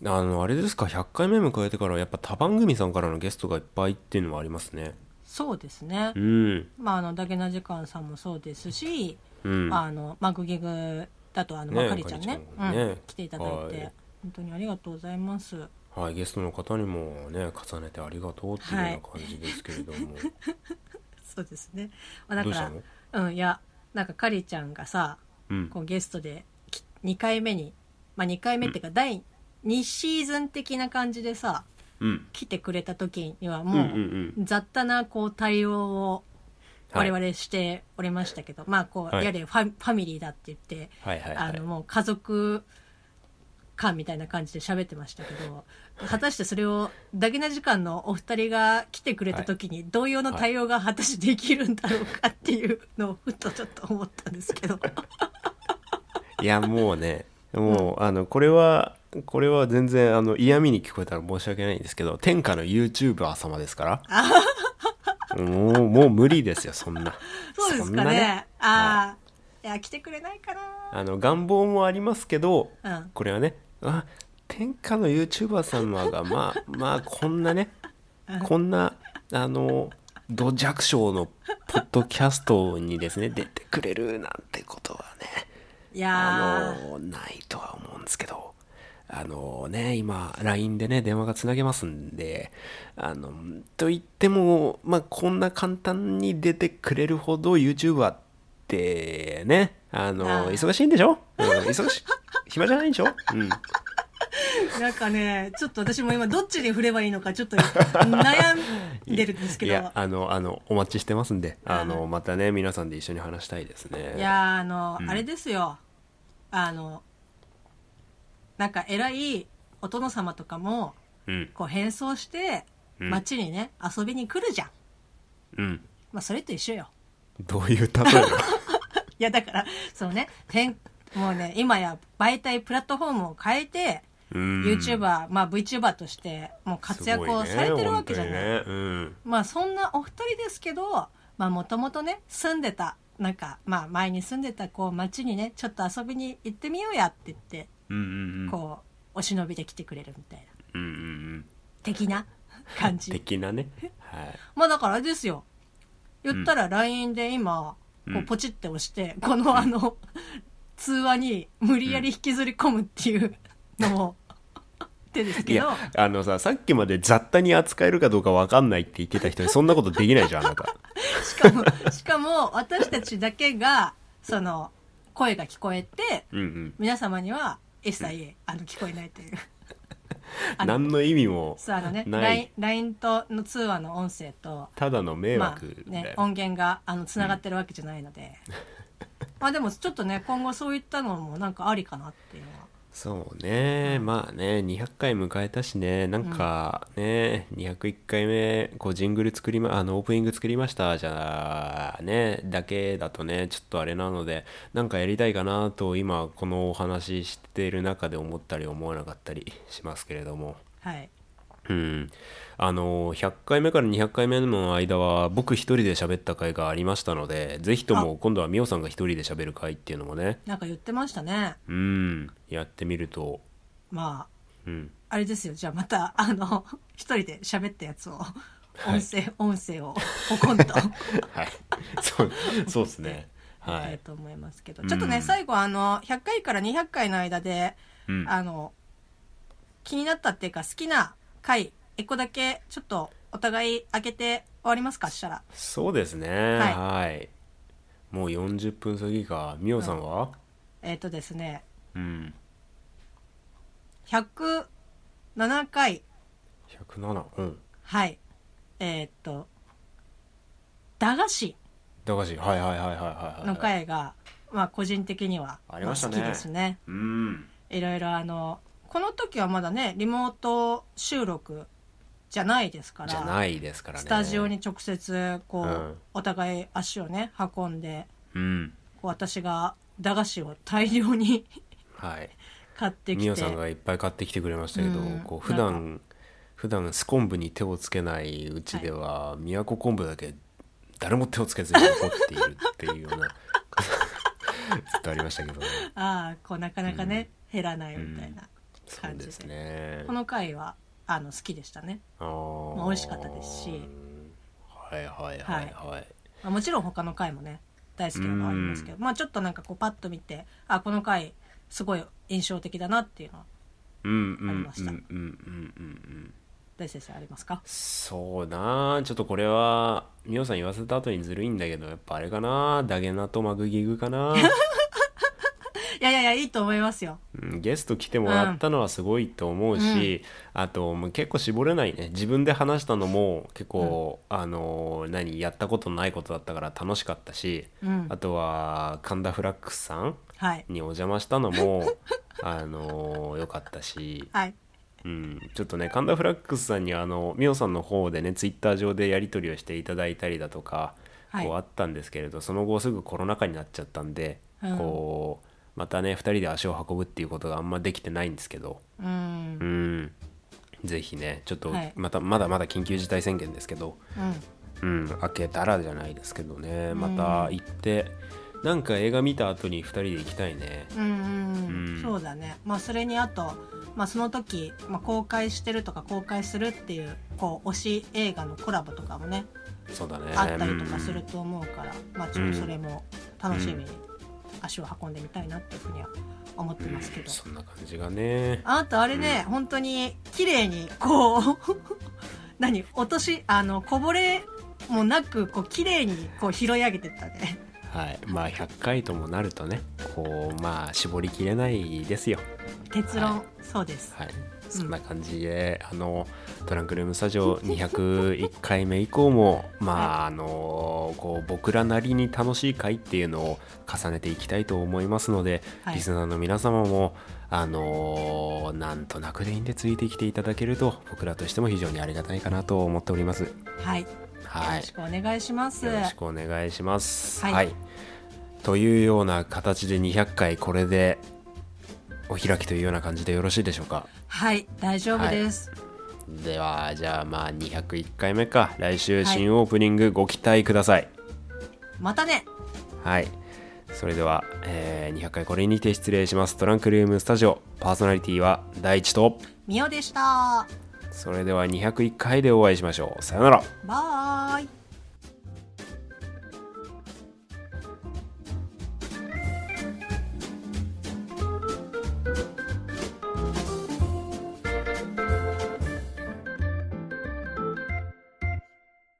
[SPEAKER 1] あのあれですか100回目迎えてからやっぱ他番組さんからのゲストがいっぱいっていうのはありますね
[SPEAKER 2] そうですね
[SPEAKER 1] うん
[SPEAKER 2] まああのだけな時間さんもそうですし
[SPEAKER 1] うん
[SPEAKER 2] あのマグギグだとあの、
[SPEAKER 1] ね
[SPEAKER 2] まかりちゃんね
[SPEAKER 1] まかりちゃんもね
[SPEAKER 2] うん、来ていただいて、
[SPEAKER 1] はい
[SPEAKER 2] 本当にありがとうございます
[SPEAKER 1] はいゲストの方にもね重ねてありがとうっていうような感じですけれど も、
[SPEAKER 2] そうですね、まあ、だ
[SPEAKER 1] ど
[SPEAKER 2] か
[SPEAKER 1] うした
[SPEAKER 2] ら
[SPEAKER 1] の
[SPEAKER 2] うんいやなんかかりちゃんがさ
[SPEAKER 3] うん
[SPEAKER 2] こうゲストでき2回目にまあ2回目っていうか、第2シーズン的な感じでさ
[SPEAKER 3] うん
[SPEAKER 2] 来てくれた時には
[SPEAKER 3] うんう
[SPEAKER 2] もう、
[SPEAKER 3] ん
[SPEAKER 2] 雑多なこう対応を
[SPEAKER 1] はい
[SPEAKER 2] 我々しておりましたけど、まあこう、
[SPEAKER 1] はい
[SPEAKER 2] やれファファミリーだって言って
[SPEAKER 1] はいはいは
[SPEAKER 2] あ
[SPEAKER 1] い
[SPEAKER 2] のもう家族感みたいな感じで喋ってましたけど果たしてそれをダゲな時間のお二人が来てくれた時に同様の対応が果たしてできるんだろうかっていうのをふとちょっと思ったんですけ ど
[SPEAKER 1] いやもうねもう、あのこれはこれは全然あの嫌味に聞こえたら申し訳ないんですけど天下の YouTuber 様ですからもうもう無理ですよそんな
[SPEAKER 2] そうです
[SPEAKER 1] んな
[SPEAKER 2] かねああ、い、や来てくれないかな
[SPEAKER 1] あの願望もありますけど、
[SPEAKER 2] うん
[SPEAKER 1] これはねあ天下の YouTuber 様 がまあまあこんなねこんなあの土弱小のポッドキャストにですね出てくれるなんてことはね
[SPEAKER 2] いや
[SPEAKER 1] あ
[SPEAKER 2] ー
[SPEAKER 1] のないとは思うんですけどあのね今 LINE でね電話がつなげますんであのと言ってもまあこんな簡単に出てくれるほど YouTuber ってねあ
[SPEAKER 2] あ
[SPEAKER 1] の
[SPEAKER 2] ー
[SPEAKER 1] 忙しいんでしょ、うん、忙しい 暇じゃないんでしょ、うん、
[SPEAKER 2] なんかねちょっと私も今どっちに振ればいいのかちょっと悩んでるんですけ
[SPEAKER 1] い
[SPEAKER 2] どい
[SPEAKER 1] や
[SPEAKER 2] や
[SPEAKER 1] あのあのお待ちしてますんであ
[SPEAKER 2] は
[SPEAKER 1] のまたね皆さんで一緒に話したいですね
[SPEAKER 2] ーあの、あれですよあのなんか偉いお殿様とかも
[SPEAKER 3] うん
[SPEAKER 2] こう変装して
[SPEAKER 3] うん
[SPEAKER 2] 街にね、遊びに来るじゃん、
[SPEAKER 3] うん
[SPEAKER 2] まあ、それと一緒よ
[SPEAKER 1] どういう例 えば
[SPEAKER 2] いやだからそのねてんもうね今や媒体プラットフォームを変えて、YouTuber、まあ、VTuber としてもう活躍をされてるわけじゃない
[SPEAKER 1] すごいね本当にね
[SPEAKER 2] まあそんなお二人ですけどまあもともとね住んでたなんかまあ前に住んでたこう町にねちょっと遊びに行ってみようやって言って
[SPEAKER 3] うんうんうん
[SPEAKER 2] こうお忍びで来てくれるみたいな
[SPEAKER 3] うんうん
[SPEAKER 2] 的な感
[SPEAKER 1] うん
[SPEAKER 2] じ
[SPEAKER 1] 的なねはい
[SPEAKER 2] まあだからあれですよ。言ったら LINE で今、こ
[SPEAKER 3] う
[SPEAKER 2] うんポチって押して、このあの、通話に無理やり引きずり込むっていうのを、ってです
[SPEAKER 1] い
[SPEAKER 2] けど
[SPEAKER 1] やあのささっきまで雑多に扱えるかどうか分かんないって言ってた 人にそんなことできないじゃんあなた
[SPEAKER 2] しかもしかも私たちだけがその声が聞こえて
[SPEAKER 3] うんうん
[SPEAKER 2] 皆様には一切あの聞こえないというあの
[SPEAKER 1] 何の意味も
[SPEAKER 2] そうあのね
[SPEAKER 1] ない
[SPEAKER 2] LINE LINE との通話の音声と
[SPEAKER 1] ただの迷
[SPEAKER 2] ま
[SPEAKER 1] 惑だ
[SPEAKER 2] あね
[SPEAKER 1] よ、、
[SPEAKER 2] 音源があのつながってるわけじゃないので、まあでもちょっとね今後そういったのもなんかありかなっていうのは
[SPEAKER 1] そうねまあね200回迎えたしねなんかね、201回目こうジングル作りまあのオープニング作りましたじゃあねだけだとねちょっとあれなのでなんかやりたいかなと今このお話ししてる中で思ったり思わなかったりしますけれども。
[SPEAKER 2] はい
[SPEAKER 1] うん、あの100回目から200回目の間は僕一人で喋った回がありましたのでぜひとも今度はみおさんが一人で喋る回っていうのもね
[SPEAKER 2] なんか言ってましたね
[SPEAKER 1] うんやってみると、
[SPEAKER 2] ま
[SPEAKER 1] うん、
[SPEAKER 2] ああれですよじゃあまたあの 一人で喋ったやつを
[SPEAKER 1] い
[SPEAKER 2] 音声、音声をポコンと
[SPEAKER 1] はい そうそうですね
[SPEAKER 2] やり
[SPEAKER 1] は
[SPEAKER 2] たい
[SPEAKER 1] い
[SPEAKER 2] と思いますけど、ちょっとね、
[SPEAKER 3] うん
[SPEAKER 2] 最後あの100回から200回の間で、
[SPEAKER 3] うん
[SPEAKER 2] あの気になったっていうか好きな回一個だけちょっとお互い開けて終わりますかしたら
[SPEAKER 1] そうですねは
[SPEAKER 2] はいい、
[SPEAKER 1] もう40分過ぎかみおさんは、
[SPEAKER 2] えっ、とですね
[SPEAKER 3] うん
[SPEAKER 2] 107回
[SPEAKER 1] 107うん
[SPEAKER 2] はいえーっと駄菓子
[SPEAKER 1] 駄菓子はいはいはいはいはい
[SPEAKER 2] の回が、まあ、個人的には
[SPEAKER 1] ありましたね
[SPEAKER 2] 好きですね
[SPEAKER 3] うん
[SPEAKER 2] いろいろあのこの時はまだねリモート収録じゃないですから
[SPEAKER 1] じゃないですからね
[SPEAKER 2] スタジオに直接こう、
[SPEAKER 1] うん
[SPEAKER 2] お互い足をね運んで
[SPEAKER 3] うん
[SPEAKER 2] こう私が駄菓子を大量に
[SPEAKER 1] はい
[SPEAKER 2] 買ってき
[SPEAKER 1] み
[SPEAKER 2] て
[SPEAKER 1] おさんがいっぱい買ってきてくれましたけど、
[SPEAKER 2] うん
[SPEAKER 1] こう普段普段スコンブに手をつけないうちでは、宮古昆布だけ誰も手をつけずに残っているっていうような ずっとありましたけど
[SPEAKER 2] ああこうなかなかね、減らないみたいな
[SPEAKER 1] そ
[SPEAKER 2] 感
[SPEAKER 1] う
[SPEAKER 2] じで,、
[SPEAKER 1] ですね
[SPEAKER 2] この回はあの好きでしたね
[SPEAKER 1] あー
[SPEAKER 2] まあ美味しかったですし
[SPEAKER 1] はいはいはいはい、
[SPEAKER 2] まあ、もちろん他の回もね大好きなのはありますけど、まあちょっとなんかこうパッと見てあこの回すごい印象的だなっていうのは
[SPEAKER 3] うんうん
[SPEAKER 2] ありました
[SPEAKER 3] うんうんうんうん
[SPEAKER 2] 大先生ありますか
[SPEAKER 1] そうなあちょっとこれはみおさん言わせた後にずるいんだけどやっぱあれかなダゲナとマグギグかな
[SPEAKER 2] いやいやいやいいと思いますよ
[SPEAKER 1] うんゲスト来てもらったのはすごいと思うし、あともう結構絞れないね自分で話したのも結構、あのー何やったことないことだったから楽しかったし、
[SPEAKER 2] うん
[SPEAKER 1] あとは神田フラックスさん
[SPEAKER 2] はい
[SPEAKER 1] にお邪魔したの もあのー良かったし、
[SPEAKER 2] はい
[SPEAKER 1] うん、ちょっとね神田フラックスさんにあのミオさんの方でねツイッター上でやり取りをしていただいたりだとか、
[SPEAKER 2] はい
[SPEAKER 1] こうあったんですけれどその後すぐコロナ禍になっちゃったんで、
[SPEAKER 2] うん
[SPEAKER 1] こうまたね2人で足を運ぶっていうことがあんまできてないんですけど
[SPEAKER 2] うーん
[SPEAKER 1] う、んぜひねちょっと
[SPEAKER 2] はい
[SPEAKER 1] また、まだまだ緊急事態宣言ですけど、
[SPEAKER 2] うん、
[SPEAKER 1] うん、開けたらじゃないですけどねまた行って、なんか映画見た後に2人で行きたいね。
[SPEAKER 2] うんうん
[SPEAKER 3] うん
[SPEAKER 2] そうだねまあそれにあと、まあ、その時、まあ、公開してるとか公開するっていうこう推し映画のコラボとかもね
[SPEAKER 1] そうだね
[SPEAKER 2] あったりとかすると思うから、まあちょっとそれも楽しみに足を運んでみたいなっていうふうには思ってますけど、
[SPEAKER 1] そんな感じがね
[SPEAKER 2] あなたあれね、本当に綺麗にこう 何落としあのこぼれもなくこう綺麗にこう拾い上げてったね
[SPEAKER 1] はい、まあ100回ともなるとねこうまあ絞りきれないですよ
[SPEAKER 2] 結論、
[SPEAKER 1] は
[SPEAKER 2] そうです
[SPEAKER 1] はいそんな感じで、あのトランクルームスタジオ201回目以降 もまああのこう僕らなりに楽しい回っていうのを重ねていきたいと思いますので、
[SPEAKER 2] はい
[SPEAKER 1] リスナーの皆様もあのなんとなくでいいんでついてきていただけると僕らとしても非常にありがたいかなと思っております。
[SPEAKER 2] はい、
[SPEAKER 1] は
[SPEAKER 2] よろ
[SPEAKER 1] い
[SPEAKER 2] しくお願いします
[SPEAKER 1] よろしくお願いします。は、
[SPEAKER 2] はいい
[SPEAKER 1] というような形で200回これでお開きというような感じでよろしいでしょうか。
[SPEAKER 2] はい大丈夫です、
[SPEAKER 1] ではじゃあまあ201回目か来週
[SPEAKER 2] はい
[SPEAKER 1] 新オープニングご期待ください。
[SPEAKER 2] またね
[SPEAKER 1] はい。それでは、えー200回これにて失礼します。トランクルームスタジオパーソナリティは第一と
[SPEAKER 2] みおでした
[SPEAKER 1] それでは201回でお会いしましょう。さよなら。
[SPEAKER 2] バイ